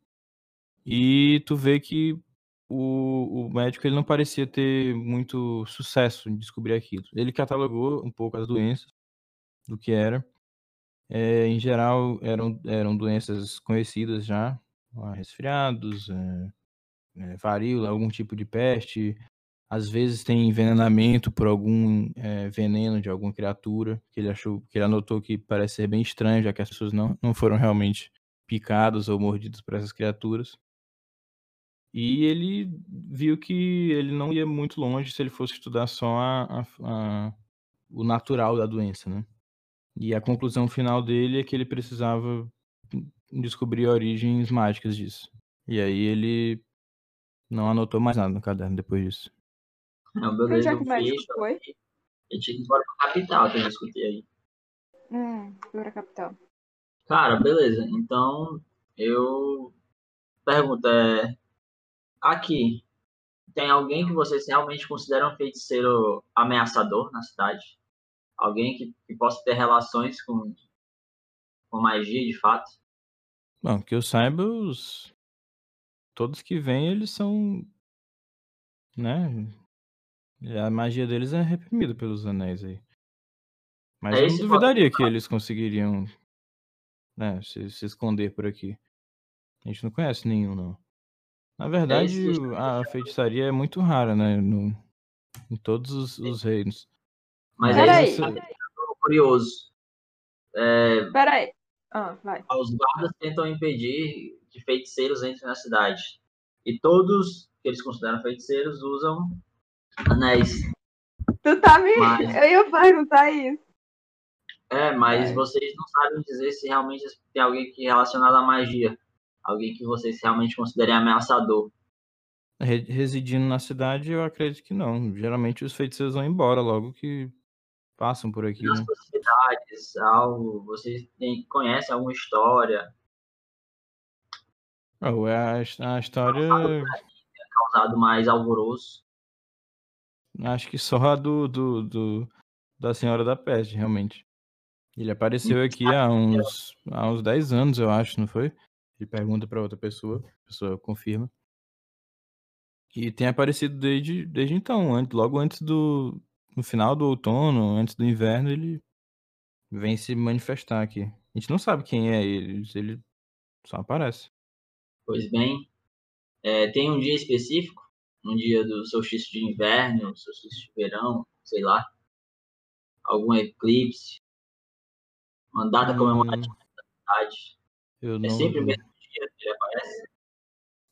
Speaker 4: e tu vê que o, o médico ele não parecia ter muito sucesso em descobrir aquilo. Ele catalogou um pouco as doenças do que era. É, em geral, eram, eram doenças conhecidas já, ah, resfriados, é, é, varíola, algum tipo de peste, às vezes tem envenenamento por algum eh, veneno de alguma criatura que ele achou, que ele anotou que parece ser bem estranho, já que as pessoas não, não foram realmente picadas ou mordidas por essas criaturas. E ele viu que ele não ia muito longe se ele fosse estudar só a- a- a- o natural da doença, né? E a conclusão final dele é que ele precisava descobrir origens mágicas disso. E aí ele não anotou mais nada no caderno depois disso.
Speaker 5: Não,
Speaker 2: Pra onde
Speaker 5: beleza,
Speaker 2: é
Speaker 5: eu
Speaker 2: que o médico
Speaker 5: fiz.
Speaker 2: foi?
Speaker 5: Eu tinha que ir embora pra capital que eu discuti aí.
Speaker 2: Hum, Dura Capital.
Speaker 5: Cara, beleza. Então, eu pergunto, é... Aqui, tem alguém que vocês realmente consideram um feiticeiro ameaçador na cidade? Alguém que, que possa ter relações com, com magia, de fato?
Speaker 4: Bom, que eu saiba, os... todos que vêm, eles são. Né? A magia deles é reprimida pelos anéis aí. Mas
Speaker 5: É
Speaker 4: eu não
Speaker 5: esse fato-
Speaker 4: duvidaria que eles conseguiriam né, se, se esconder por aqui. A gente não conhece nenhum, não.
Speaker 5: É
Speaker 4: Na verdade,
Speaker 5: esse-
Speaker 4: o- a feitiçaria é muito rara, né? no- em todos os, os reinos.
Speaker 5: É,
Speaker 4: Mas
Speaker 5: Mas é
Speaker 2: Peraí.
Speaker 5: isso que eu tô curioso. É,
Speaker 2: Peraí. Ah, vai.
Speaker 5: os guardas tentam impedir que feiticeiros entrem na cidade. E todos que eles consideram feiticeiros usam anéis.
Speaker 2: Tu tá me.
Speaker 5: Mas-
Speaker 2: Eu ia perguntar isso.
Speaker 5: É, mas
Speaker 2: É.
Speaker 5: vocês não sabem dizer se realmente tem alguém que é relacionado à magia. Alguém que vocês realmente considerem ameaçador.
Speaker 4: Re- Residindo na cidade, eu acredito que não. Geralmente os feiticeiros vão embora logo que passam por aqui.
Speaker 5: Nas
Speaker 4: né?
Speaker 5: possibilidades, algo. Vocês têm, conhecem alguma história
Speaker 4: Ah, ué, a, his- a história,
Speaker 5: causado mais alvoroço?
Speaker 4: acho que só a do, do, do- da Senhora da Peste, realmente. Ele
Speaker 5: Hum,
Speaker 4: apareceu aqui
Speaker 5: ah, é.
Speaker 4: há uns, há uns 10 anos, eu acho, não foi? Ele pergunta pra outra pessoa, a pessoa confirma. E tem aparecido desde, desde então, antes, logo antes do. No final do outono, antes do inverno, ele vem se manifestar aqui. A gente não sabe quem é ele, ele só aparece.
Speaker 5: Pois bem, é, tem um dia específico? Um dia do solstício de inverno, solstício de verão, sei lá. Algum eclipse. Uma data comemorativa
Speaker 4: Hum,
Speaker 5: da cidade.
Speaker 4: eu
Speaker 5: É
Speaker 4: não-
Speaker 5: sempre o mesmo dia que ele aparece.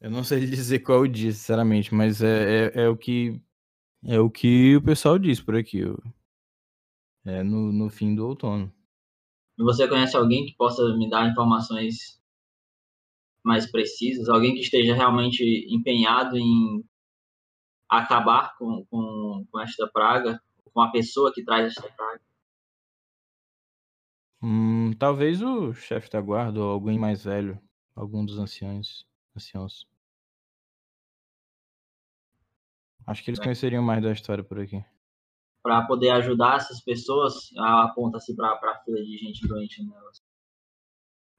Speaker 4: Eu não sei dizer qual o dia, sinceramente, mas é, é, é o que É o que o pessoal diz por aqui. ó. É no, no fim do outono.
Speaker 5: Você conhece alguém que possa me dar informações mais precisas? Alguém que esteja realmente empenhado em acabar com, com, com esta praga? Com a pessoa que traz esta praga?
Speaker 4: Hum, talvez o chefe da guarda ou alguém mais velho. Algum dos anciões. Anciãos. Acho que eles
Speaker 5: É.
Speaker 4: conheceriam mais da história por aqui.
Speaker 5: Para poder ajudar essas pessoas, ela aponta-se para a fila de gente doente nelas.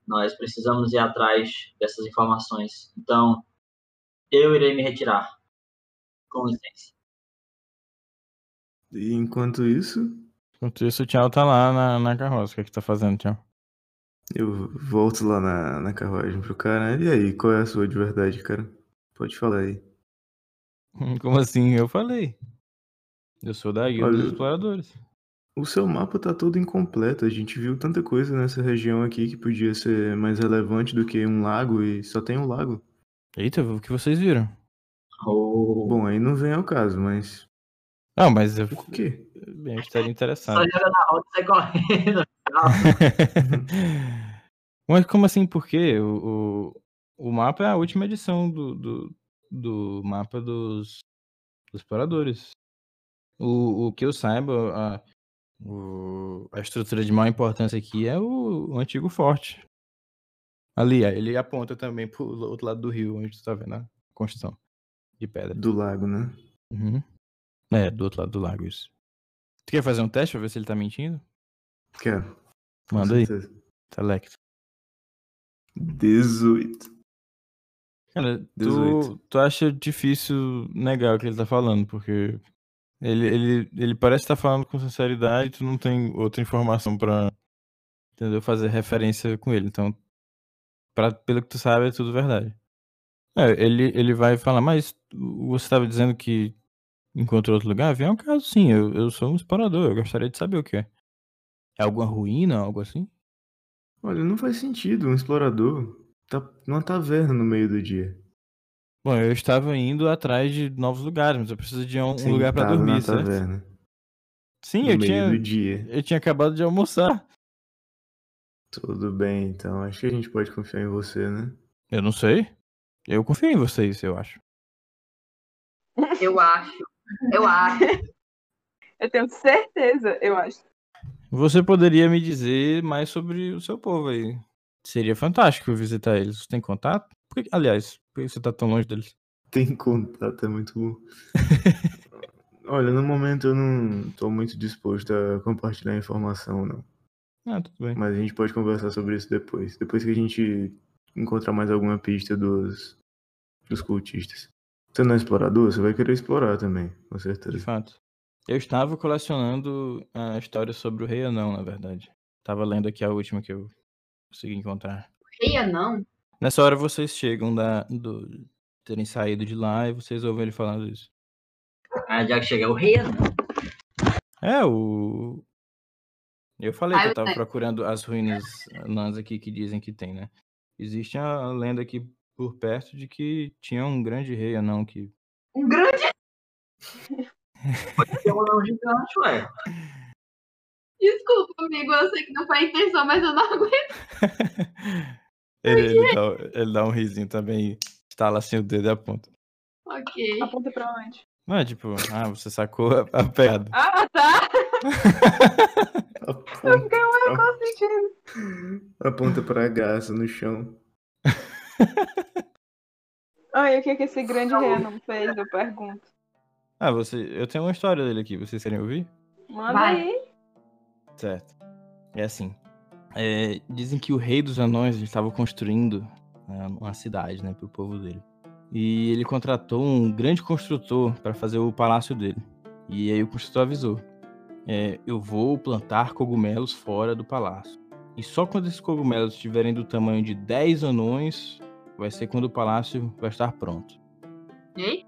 Speaker 5: Nós precisamos ir atrás dessas informações. Então, eu irei me retirar. Com licença.
Speaker 1: E enquanto isso,
Speaker 4: Enquanto isso, o Tchau tá lá na, na carroça. O que, é que tá fazendo, Tchau?
Speaker 1: eu volto lá na, na carruagem pro cara. né? E aí, qual é a sua de verdade, cara? Pode falar aí.
Speaker 4: Hum, Como assim? Eu falei. Eu sou da guilda
Speaker 1: Olha-
Speaker 4: dos exploradores.
Speaker 1: O seu mapa tá todo incompleto. A gente viu tanta coisa nessa região aqui que podia ser mais relevante do que um lago e só tem um lago.
Speaker 4: Eita, o que vocês viram?
Speaker 5: Ou
Speaker 1: Bom, aí não vem ao caso, mas
Speaker 4: Não, mas eu,
Speaker 1: por quê?
Speaker 4: bem, eu estaria
Speaker 5: só
Speaker 4: interessado.
Speaker 5: joga na roda e sai correndo.
Speaker 4: Mas como assim? Por quê? O, o, o mapa é a última edição do, do, do mapa dos, dos exploradores. O, o que eu saiba, a, o- a estrutura de maior importância aqui é o, o antigo forte. Ali, aí ele aponta também pro outro lado do rio, onde tu tá vendo a construção de pedra.
Speaker 1: Do lago, né?
Speaker 4: Uhum. É, do outro lado do lago, isso. Tu quer fazer um teste pra ver se ele tá mentindo?
Speaker 1: Quero. com
Speaker 4: Manda aí, Tá
Speaker 1: certeza.
Speaker 4: Telect.
Speaker 1: 18.
Speaker 4: Cara, tu,
Speaker 1: 18.
Speaker 4: tu acha difícil negar o que ele tá falando, porque ele, ele, ele parece estar falando com sinceridade e tu não tem outra informação pra entendeu? fazer referência com ele. Então, pra, pelo que tu sabe, é tudo verdade. É, ele, ele vai falar, mas tu- você estava dizendo que encontrou outro lugar? Vem ao caso, sim, eu, eu sou um explorador, eu gostaria de saber o que é. É alguma ruína, algo assim?
Speaker 1: Olha, não faz sentido um explorador tá numa taverna no meio do dia.
Speaker 4: Bom, eu estava indo atrás de novos lugares, mas eu preciso de um, um lugar pra
Speaker 1: Sentado na
Speaker 4: dormir, certo?
Speaker 1: taverna.
Speaker 4: Sim,
Speaker 1: No
Speaker 4: eu
Speaker 1: meio do
Speaker 4: tinha,
Speaker 1: dia.
Speaker 4: eu tinha acabado de almoçar.
Speaker 1: Tudo bem, então. Acho que a gente pode confiar em você, né?
Speaker 4: Eu não sei. Eu confio em vocês, eu acho.
Speaker 3: Eu acho. Eu acho.
Speaker 2: Eu tenho certeza, eu acho.
Speaker 4: Você poderia me dizer mais sobre o seu povo aí? Seria fantástico visitar eles. Você tem contato? Por que- aliás, por que você tá tão longe deles?
Speaker 1: Tem contato, é muito bom. Olha, no momento eu não tô muito disposto a compartilhar informação, não.
Speaker 4: Ah, tudo bem.
Speaker 1: Mas a gente pode conversar sobre isso depois. Depois que a gente encontrar mais alguma pista dos, dos cultistas. Você não é explorador? Você vai querer explorar também, com
Speaker 4: De
Speaker 1: certeza.
Speaker 4: fato. Eu estava colecionando a história sobre o rei anão, na verdade. Tava lendo aqui a última que eu consegui encontrar.
Speaker 3: Feia é não.
Speaker 4: Nessa hora vocês chegam da, do terem saído de lá e vocês ouvem ele falando isso.
Speaker 5: Aí Ah, já que chega né? o rei,
Speaker 4: É, o. Eu falei
Speaker 3: Ah,
Speaker 4: que eu
Speaker 3: eu
Speaker 4: tava
Speaker 3: sei.
Speaker 4: procurando as ruínas anãs aqui que dizem que tem, né? Existe a lenda aqui por perto de que tinha um grande rei anão que.
Speaker 3: Um grande
Speaker 5: tem um anão gigante, ué.
Speaker 3: desculpa, amigo. Eu sei que não foi a intenção, mas eu não aguento.
Speaker 4: ele, ele dá, ele dá um risinho também e estala assim o dedo e aponta.
Speaker 3: Ok.
Speaker 2: Aponta pra onde?
Speaker 4: Não é tipo, ah, você sacou a, a pegada.
Speaker 2: Ah, tá! Eu fiquei eu não tô sentindo.
Speaker 1: Aponta pra graça no chão.
Speaker 2: Ai, o que, que esse grande Renan fez? Eu pergunto.
Speaker 4: Ah, você. Eu tenho uma história dele aqui, vocês querem ouvir?
Speaker 2: Manda
Speaker 3: Vai.
Speaker 2: aí.
Speaker 4: Certo. É assim. é, dizem que o rei dos anões ele estava construindo né, uma cidade, né, pro povo dele. E ele contratou um grande construtor para fazer o palácio dele. E aí o construtor avisou: é, eu vou plantar cogumelos fora do palácio. E só quando esses cogumelos estiverem do tamanho de 10 anões, vai ser quando o palácio vai estar pronto.
Speaker 3: Ei?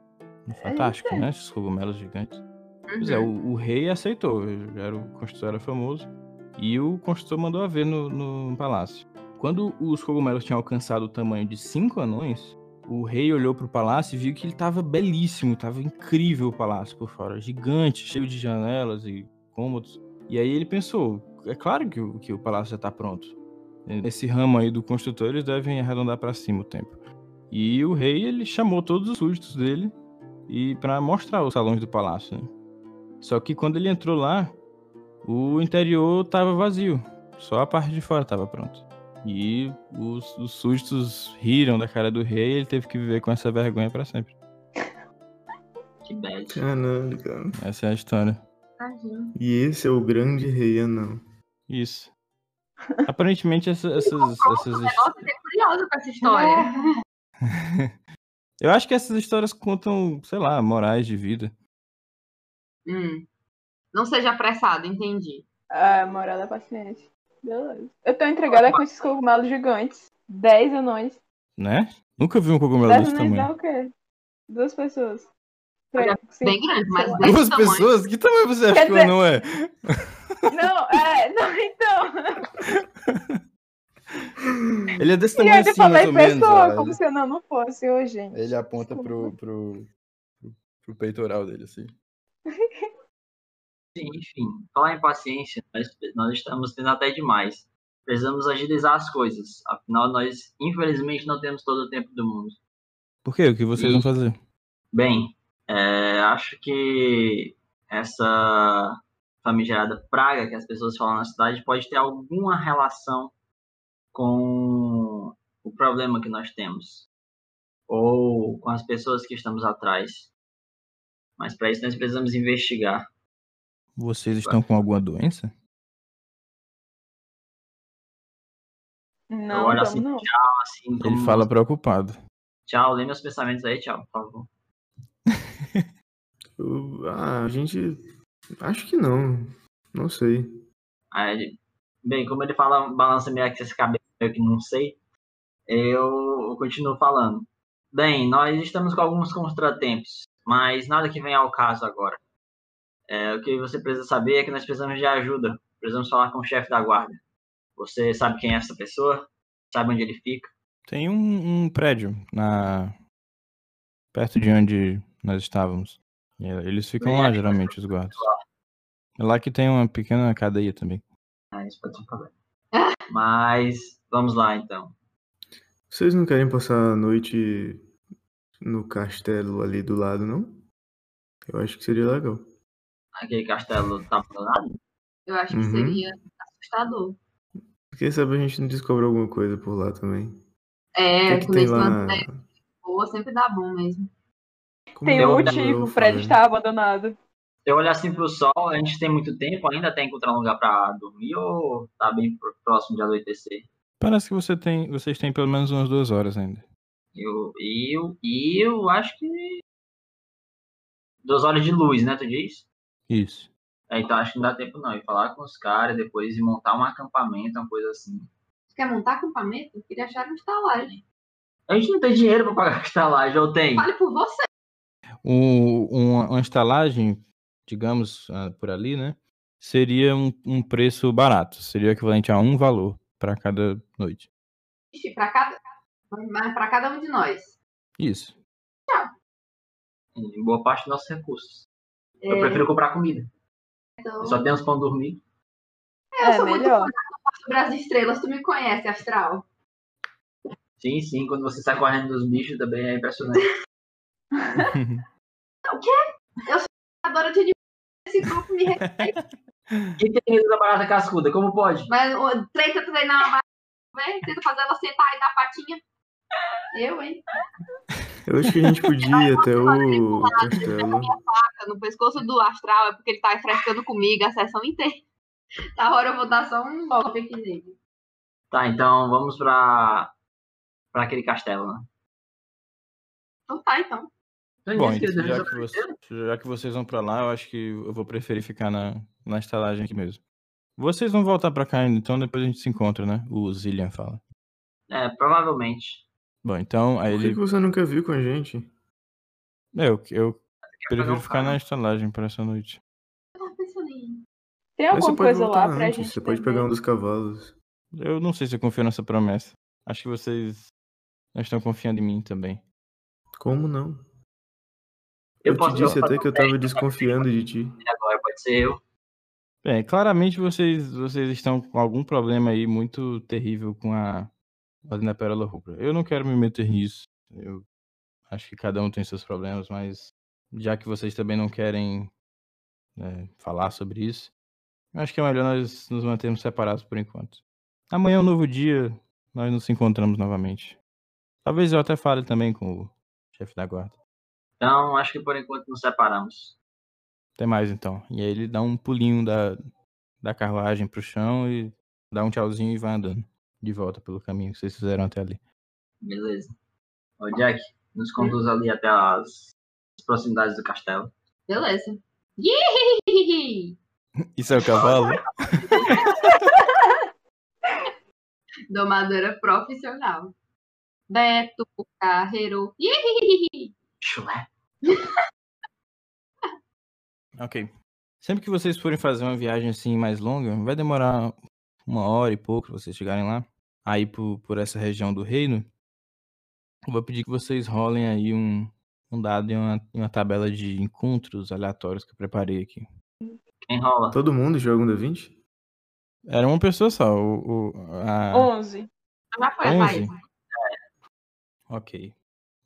Speaker 4: Fantástico, né? Esses cogumelos gigantes. Pois é, o, o rei aceitou, já era, o construtor era famoso, e o construtor mandou a ver no, no palácio. Quando os cogumelos tinham alcançado o tamanho de cinco anões, o rei olhou pro palácio e viu que ele tava belíssimo, tava incrível o palácio por fora, gigante, cheio de janelas e cômodos. E aí ele pensou, é claro que o, que o palácio já tá pronto. Nesse ramo aí do construtor, eles devem arredondar para cima o tempo. E o rei, ele chamou todos os súditos dele e para mostrar os salões do palácio. né? Só que quando ele entrou lá, o interior tava vazio. Só a parte de fora tava pronta. E os, os súditos riram da cara do rei e ele teve que viver com essa vergonha para sempre.
Speaker 5: Que bad.
Speaker 1: Caralho, cara.
Speaker 4: Essa é a história.
Speaker 3: Imagina.
Speaker 1: E esse é o grande rei anão.
Speaker 4: Isso. Aparentemente, essa- essas, essas his-
Speaker 3: É Nossa, eu fiquei curiosa com essa história.
Speaker 4: Eu acho que essas histórias contam, sei lá, morais de vida.
Speaker 3: Hum. Não seja apressado, entendi.
Speaker 2: Ah, moral da paciência. Beleza. Eu tô entregada com esses cogumelos gigantes. 10 anões.
Speaker 4: Né? Nunca vi um cogumelo
Speaker 2: 10
Speaker 4: desse
Speaker 2: anões dá
Speaker 4: tamanho.
Speaker 2: o quê? Duas pessoas.
Speaker 3: Olha,
Speaker 2: Três,
Speaker 3: Bem
Speaker 2: cinco.
Speaker 3: grande, mas
Speaker 2: sei lá.
Speaker 3: desse
Speaker 4: Duas
Speaker 3: tamanho.
Speaker 4: pessoas? Que tamanho você
Speaker 2: Quer
Speaker 4: acha que
Speaker 2: dizer-
Speaker 4: eu não é?
Speaker 2: Não, é, não, então.
Speaker 4: Ele é desse
Speaker 2: E
Speaker 4: tamanho
Speaker 2: aí eu
Speaker 4: assim, mais
Speaker 2: falei
Speaker 4: ou menos.
Speaker 2: pessoa,
Speaker 4: ó.
Speaker 2: como se eu não, não fosse hoje, gente.
Speaker 4: Ele aponta pro, pro, pro- pro peitoral dele, assim.
Speaker 5: Sim, Enfim, falar em paciência, nós, nós estamos tendo até demais. Precisamos agilizar as coisas. Afinal, nós, infelizmente, não temos todo o tempo do mundo.
Speaker 4: Por quê? O que vocês vão
Speaker 5: E-
Speaker 4: fazer?
Speaker 5: Bem, é, acho que essa famigerada praga que as pessoas falam na cidade pode ter alguma relação com o problema que nós temos ou com as pessoas que estamos atrás. Mas para isso nós precisamos investigar.
Speaker 4: Vocês estão com alguma doença?
Speaker 2: Não,
Speaker 5: Olha
Speaker 2: não,
Speaker 5: assim,
Speaker 2: não.
Speaker 5: Assim,
Speaker 4: Ele
Speaker 5: como-
Speaker 4: fala preocupado.
Speaker 5: Tchau, lê meus pensamentos aí, tchau, por favor.
Speaker 1: Eu- ah, a gente. Acho que não. Não sei.
Speaker 5: Aí, bem, como ele fala, balança meio que esse cabelo, eu que não sei, eu continuo falando. Bem, nós estamos com alguns contratempos, mas nada que venha ao caso agora. É, o que você precisa saber é que nós precisamos de ajuda. Precisamos falar com o chefe da guarda. Você sabe quem é essa pessoa? Sabe onde ele fica?
Speaker 4: Tem um, um prédio na perto de onde nós estávamos. E é, Eles ficam lá geralmente os guardas. É lá que tem uma pequena cadeia também.
Speaker 5: Ah, isso pode ser um problema. Mas vamos lá então.
Speaker 1: Vocês não querem passar a noite no castelo ali do lado, não? Eu acho que seria legal.
Speaker 5: Aquele castelo tá abandonado?
Speaker 3: Eu acho que
Speaker 1: Uhum.
Speaker 3: seria assustador.
Speaker 1: Quem sabe a gente não descobre alguma coisa por lá também. O que,
Speaker 3: É,
Speaker 1: é que tem
Speaker 3: começando
Speaker 1: lá?
Speaker 3: a boa, sempre dá bom mesmo.
Speaker 1: Como
Speaker 2: né? Tem
Speaker 1: é
Speaker 2: um
Speaker 1: o
Speaker 2: motivo, o
Speaker 1: Rodolfo,
Speaker 2: Fred
Speaker 1: né?
Speaker 2: está abandonado.
Speaker 5: Eu olho assim pro sol, a gente tem muito tempo ainda até encontrar um lugar pra dormir ou tá bem pro- próximo de anoitecer?
Speaker 4: Parece que você tem, vocês têm pelo menos umas duas horas ainda.
Speaker 5: Eu, eu, eu acho que. Duas horas de luz, né? Tu diz?
Speaker 4: Isso.
Speaker 5: É, então acho que não dá tempo não. E falar com os caras, depois ir montar um acampamento, uma coisa assim.
Speaker 3: Você quer montar acampamento? Eu queria achar tá uma estalagem.
Speaker 5: A gente não tem dinheiro pra pagar a estalagem, ou tem?
Speaker 3: Fale por você.
Speaker 4: Um- uma, uma estalagem, digamos, ah, por ali, né? Seria um, um preço barato. Seria equivalente a um valor para cada noite.
Speaker 3: Ixi, pra cada, mas pra cada um de nós.
Speaker 4: Isso.
Speaker 5: Em Boa parte dos nossos recursos. Eu
Speaker 3: É,
Speaker 5: prefiro comprar comida.
Speaker 3: então,
Speaker 5: Eu só tenho uns pão dormir.
Speaker 3: eu
Speaker 2: É,
Speaker 3: sou muito
Speaker 2: melhor.
Speaker 3: fã sobre as estrelas. Tu me conhece, Astral.
Speaker 5: Sim, sim, quando você sai correndo dos bichos também é impressionante.
Speaker 3: Adoro te admirar. Esse grupo me re-
Speaker 5: Quem tem medo da barata cascuda? Como pode?
Speaker 3: Mas ô, tenta treinar uma barata, tenta fazer ela sentar e dar patinha. Eu, hein?
Speaker 1: Eu acho que a gente podia ir até o castelo.
Speaker 3: é faca no pescoço do astral é porque ele tá frescando comigo a sessão inteira. Da hora eu vou dar só um golpe aqui nele.
Speaker 5: Tá, então vamos pra, pra aquele castelo, né?
Speaker 3: Então tá, então.
Speaker 5: Eu
Speaker 4: Bom,
Speaker 5: disse que
Speaker 4: então,
Speaker 5: eles
Speaker 4: já,
Speaker 5: devem
Speaker 4: que
Speaker 5: usar-
Speaker 4: você- já que vocês vão pra lá, eu acho que eu vou preferir ficar na, na estalagem aqui mesmo. Vocês vão voltar pra cá ainda, então depois a gente se encontra, né? O Zillian fala.
Speaker 5: É, provavelmente.
Speaker 4: Bom, então, aí
Speaker 1: Por que,
Speaker 4: ele.
Speaker 1: que você nunca viu com a gente?
Speaker 4: É, eu, eu
Speaker 5: pagar
Speaker 4: prefiro
Speaker 5: um
Speaker 4: ficar na
Speaker 5: carro.
Speaker 4: estalagem pra essa noite.
Speaker 3: Eu tava tá pensando em.
Speaker 2: Tem
Speaker 1: Mas
Speaker 2: alguma
Speaker 1: você pode
Speaker 2: coisa lá
Speaker 1: voltar
Speaker 2: pra
Speaker 1: antes,
Speaker 2: gente.
Speaker 1: você pode
Speaker 2: beber?
Speaker 1: pegar um dos cavalos.
Speaker 4: Eu não sei se eu confio nessa promessa. Acho que vocês não estão confiando em mim também.
Speaker 1: Como não?
Speaker 5: Eu
Speaker 1: Eu,
Speaker 5: posso
Speaker 1: te disse
Speaker 5: fazer
Speaker 1: até que eu tava desconfiando de ti.
Speaker 5: Agora pode ser eu.
Speaker 4: Bem, É, claramente vocês, vocês estão com algum problema aí muito terrível com a Valina Pérola Rubra. Eu não quero me meter nisso. Eu acho que cada um tem seus problemas, mas já que vocês também não querem né, falar sobre isso, eu acho que é melhor nós nos mantermos separados por enquanto. Amanhã é um novo dia, nós nos encontramos novamente. Talvez eu até fale também com o chefe da guarda.
Speaker 5: Então, acho que por enquanto nos separamos.
Speaker 4: Até mais então. E aí ele dá um pulinho da, da carruagem pro chão e dá um tchauzinho e vai andando. De volta pelo caminho que vocês fizeram até ali.
Speaker 5: Beleza. Ô, Jack, nos conduz ali até as, as proximidades do castelo.
Speaker 3: Beleza. Ih!
Speaker 4: Isso é o cavalo?
Speaker 3: Domadora profissional. Beto, carreiro. Ih!
Speaker 5: Chulé.
Speaker 4: ok. Sempre que vocês forem fazer uma viagem assim mais longa, vai demorar uma hora e pouco pra vocês chegarem lá. Aí por, por essa região do reino, eu vou pedir que vocês rolem aí um, um dado e uma, e uma tabela de encontros aleatórios que eu preparei aqui.
Speaker 5: Quem rola?
Speaker 1: Todo mundo joga um da 20?
Speaker 4: Era uma pessoa só, o, o- a-
Speaker 2: 11.
Speaker 3: Já foi a
Speaker 4: Onze?
Speaker 3: Thaís.
Speaker 4: Ok.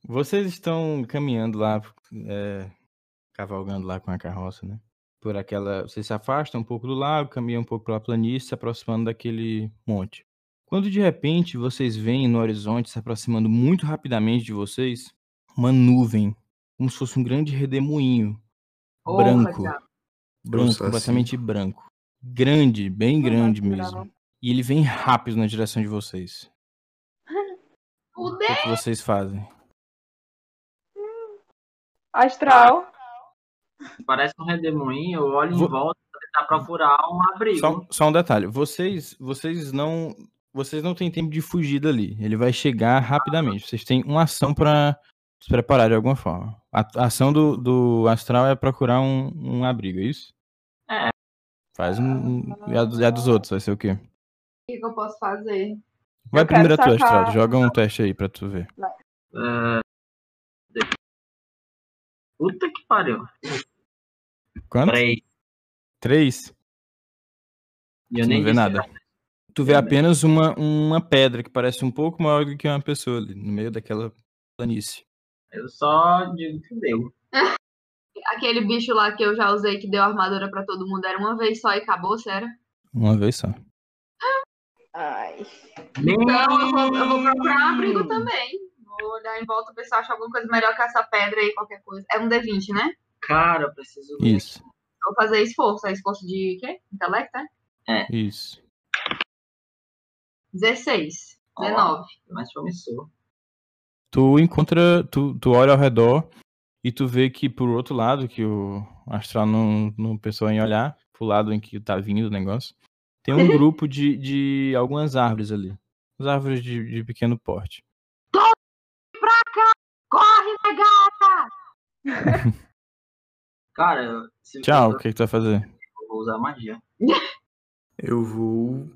Speaker 4: Vocês estão caminhando lá, é, cavalgando lá com a carroça, né? Por aquela. Vocês se afastam um pouco do lago, caminham um pouco pela planície, se aproximando daquele monte. Quando de repente vocês veem no horizonte, se aproximando muito rapidamente de vocês, uma nuvem, como se fosse um grande redemoinho.
Speaker 3: Porra,
Speaker 4: branco.
Speaker 3: Thiago.
Speaker 4: Branco,
Speaker 1: Nossa, assim.
Speaker 4: completamente branco. Grande, bem grande mesmo. E ele vem rápido na direção de vocês. O
Speaker 3: Fudeu.
Speaker 4: que que vocês fazem?
Speaker 2: Astral.
Speaker 5: Parece um redemoinho, eu olho
Speaker 4: Vou-
Speaker 5: em volta pra tentar procurar um abrigo.
Speaker 4: Só, só um detalhe. Vocês, vocês não, vocês não têm tempo de fugir dali. Ele vai chegar rapidamente. Vocês têm uma ação pra se preparar de alguma forma. A, a ação do, do astral é procurar um, um abrigo, é isso?
Speaker 5: É.
Speaker 4: Faz um, um e a, do- e a dos outros vai ser o quê?
Speaker 3: O que, que eu posso fazer?
Speaker 4: Vai
Speaker 2: Eu
Speaker 4: primeiro a
Speaker 2: quero
Speaker 4: tua,
Speaker 2: sacar-
Speaker 4: astral. Joga um teste aí pra tu ver.
Speaker 5: É, de- Puta que pariu.
Speaker 4: Quanto?
Speaker 5: Peraí.
Speaker 4: Três.
Speaker 5: E
Speaker 4: Tu
Speaker 5: eu
Speaker 4: não
Speaker 5: nem
Speaker 4: vê
Speaker 5: disse né?
Speaker 4: nada. Tu vê apenas uma, uma pedra que parece um pouco maior do que uma pessoa ali, no meio daquela planície.
Speaker 5: Eu só digo que deu.
Speaker 3: Aquele bicho lá que eu já usei que deu armadura pra todo mundo era uma vez só e acabou, sério?
Speaker 4: Uma vez só.
Speaker 2: Ai.
Speaker 3: Então eu vou, eu vou procurar um abrigo também. Vou olhar em volta ver se eu acho alguma coisa melhor que essa pedra aí, qualquer coisa. É um D20, né?
Speaker 5: Cara, eu preciso. ver.
Speaker 4: Isso,
Speaker 3: Vou fazer esforço. É esforço de quê? Intelecto, né?
Speaker 4: isso.
Speaker 3: 16.
Speaker 5: Ó,
Speaker 3: 19.
Speaker 5: Mas promissor.
Speaker 4: Tu encontra, tu, tu olha ao redor e tu vê que por outro lado, que o astral não, não pensou em olhar, pro lado em que tá vindo o negócio, tem um grupo de, de algumas árvores ali. As árvores de, de pequeno porte.
Speaker 3: Corre, legal!
Speaker 5: Cara, eu- se
Speaker 4: Tchau, o
Speaker 5: eu
Speaker 4: que, que tu vai fazer?
Speaker 5: vou usar magia.
Speaker 1: Eu vou.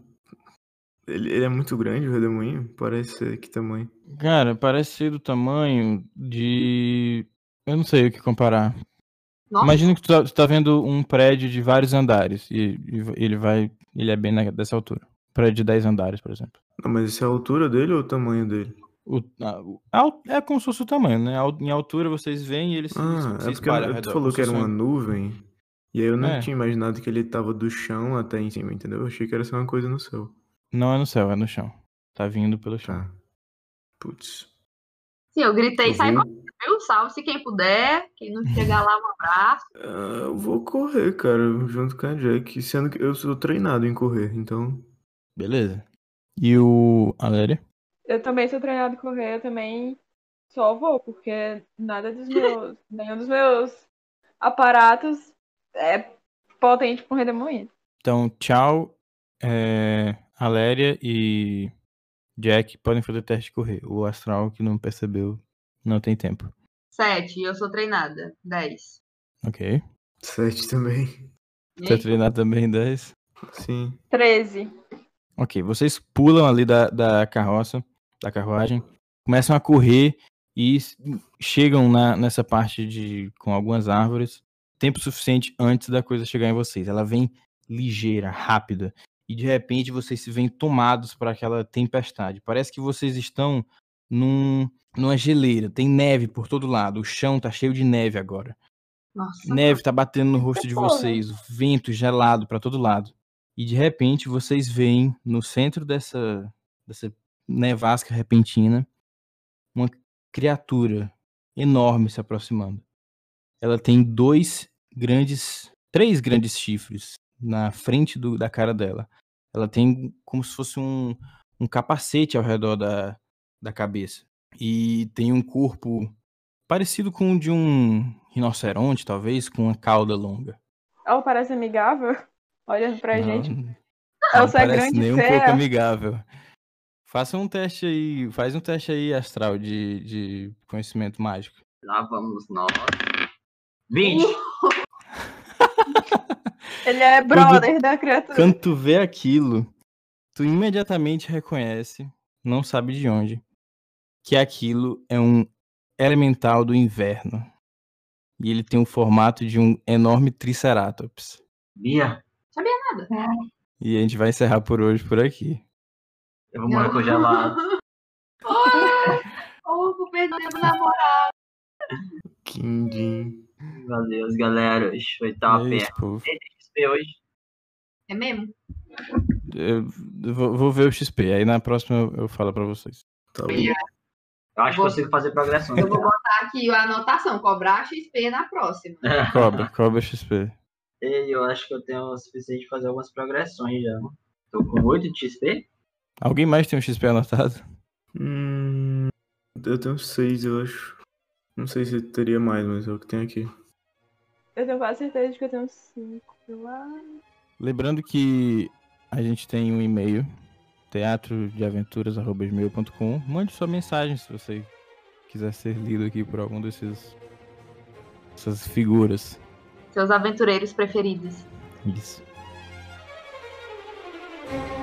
Speaker 1: Ele, ele é muito grande o redemoinho? Parece ser que tamanho.
Speaker 4: Cara, parece ser do tamanho de. Eu não sei o que comparar.
Speaker 3: Nossa.
Speaker 4: Imagina que tu tá, tu tá vendo um prédio de vários andares e, e ele vai. Ele é bem na- dessa altura. Prédio de 10 andares, por exemplo.
Speaker 1: Não, mas isso é a altura dele ou o tamanho dele?
Speaker 4: O- a- o- a al- é como se fosse o tamanho, né? Al- Em altura vocês veem e ele se,
Speaker 1: Ah,
Speaker 4: se
Speaker 1: é porque
Speaker 4: espalha. ao
Speaker 1: tu
Speaker 4: redor,
Speaker 1: falou
Speaker 4: como se
Speaker 1: que era
Speaker 4: fosse
Speaker 1: uma
Speaker 4: um-
Speaker 1: nuvem. E aí eu não
Speaker 4: É.
Speaker 1: tinha imaginado que ele tava do chão até em cima, entendeu? Eu achei que era só uma coisa no céu.
Speaker 4: Não é no céu, é no chão. Tá vindo pelo chão.
Speaker 1: Tá. Putz.
Speaker 3: Sim, eu gritei,
Speaker 1: eu
Speaker 3: sai
Speaker 1: vou-
Speaker 3: viu? Salve-se quem puder. Quem não chegar lá, um abraço.
Speaker 1: Ah, eu vou correr, cara, junto com a Jack, sendo que eu sou treinado em correr, então.
Speaker 4: Beleza. E o Aléria?
Speaker 2: Eu também sou treinado a correr, eu também só vou, porque nada dos meus. nenhum dos meus aparatos é potente com redemoinho.
Speaker 4: Então, tchau. É, Aléria e Jack podem fazer o teste de correr. O Astral, que não percebeu, não tem tempo.
Speaker 3: 7. Eu sou treinada. 10.
Speaker 4: Ok.
Speaker 1: Sete também.
Speaker 4: Quer treinar também 10?
Speaker 1: Sim.
Speaker 2: 13.
Speaker 4: Ok, vocês pulam ali da, da carroça, da carruagem, começam a correr e s- chegam na, nessa parte de com algumas árvores tempo suficiente antes da coisa chegar em vocês. Ela vem ligeira, rápida e de repente vocês se veem tomados por aquela tempestade. Parece que vocês estão num, numa geleira, tem neve por todo lado, o chão tá cheio de neve agora.
Speaker 3: Nossa.
Speaker 4: Neve tá batendo no rosto de
Speaker 2: porra.
Speaker 4: vocês, vento gelado pra todo lado. E de repente vocês veem no centro dessa, dessa nevasca repentina uma criatura enorme se aproximando. Ela tem dois grandes, três grandes chifres na frente do- da cara dela. Ela tem como se fosse um, um capacete ao redor da, da cabeça. E tem um corpo parecido com o de um rinoceronte, talvez, com uma cauda longa.
Speaker 2: Ela parece amigável, olhando pra
Speaker 4: Não,
Speaker 2: gente.
Speaker 4: não
Speaker 2: Ela só é
Speaker 4: parece
Speaker 2: grande
Speaker 4: nem
Speaker 2: e
Speaker 4: um
Speaker 2: feia.
Speaker 4: pouco amigável. Faça um teste aí, faz um teste aí astral de, de conhecimento mágico.
Speaker 5: Lá vamos nós. 20.
Speaker 2: Ele é brother da criatura.
Speaker 4: Quando tu vê aquilo, tu imediatamente reconhece, não sabe de onde, que aquilo é um elemental do inverno. E ele tem o formato de um enorme triceratops.
Speaker 5: Bia,
Speaker 4: E a gente vai encerrar por hoje por aqui.
Speaker 5: eu vou morrer congelado.
Speaker 3: Ovo perdendo na mão.
Speaker 1: Quindim.
Speaker 5: Valeu, galera. Oxe, Foi
Speaker 4: E
Speaker 5: top.
Speaker 4: é
Speaker 5: É
Speaker 4: isso, povo.
Speaker 5: XP hoje.
Speaker 3: É mesmo?
Speaker 4: Eu vou, vou ver o XP, aí na próxima eu- eu falo pra vocês.
Speaker 1: Tá bom.
Speaker 3: Melhor.
Speaker 5: Eu acho que
Speaker 3: Vou-
Speaker 5: consigo fazer progressão.
Speaker 3: Eu vou botar Tá aqui a anotação, cobrar XP na próxima.
Speaker 4: Cobra, cobra XP.
Speaker 5: Ei, eu acho que eu tenho o suficiente pra fazer algumas progressões já. Tô com 8 de XP?
Speaker 4: Alguém mais tem um XP anotado?
Speaker 1: Hum, eu tenho seis, eu acho. Não sei se teria mais, mas é o que tem aqui.
Speaker 2: Eu tenho quase certeza de que eu tenho cinco lá.
Speaker 4: Lembrando que a gente tem um e-mail, teatrodeaventuras.com. Mande sua mensagem se você quiser ser lido aqui por algum desses essas figuras.
Speaker 3: Seus aventureiros preferidos.
Speaker 4: Isso.
Speaker 6: Thank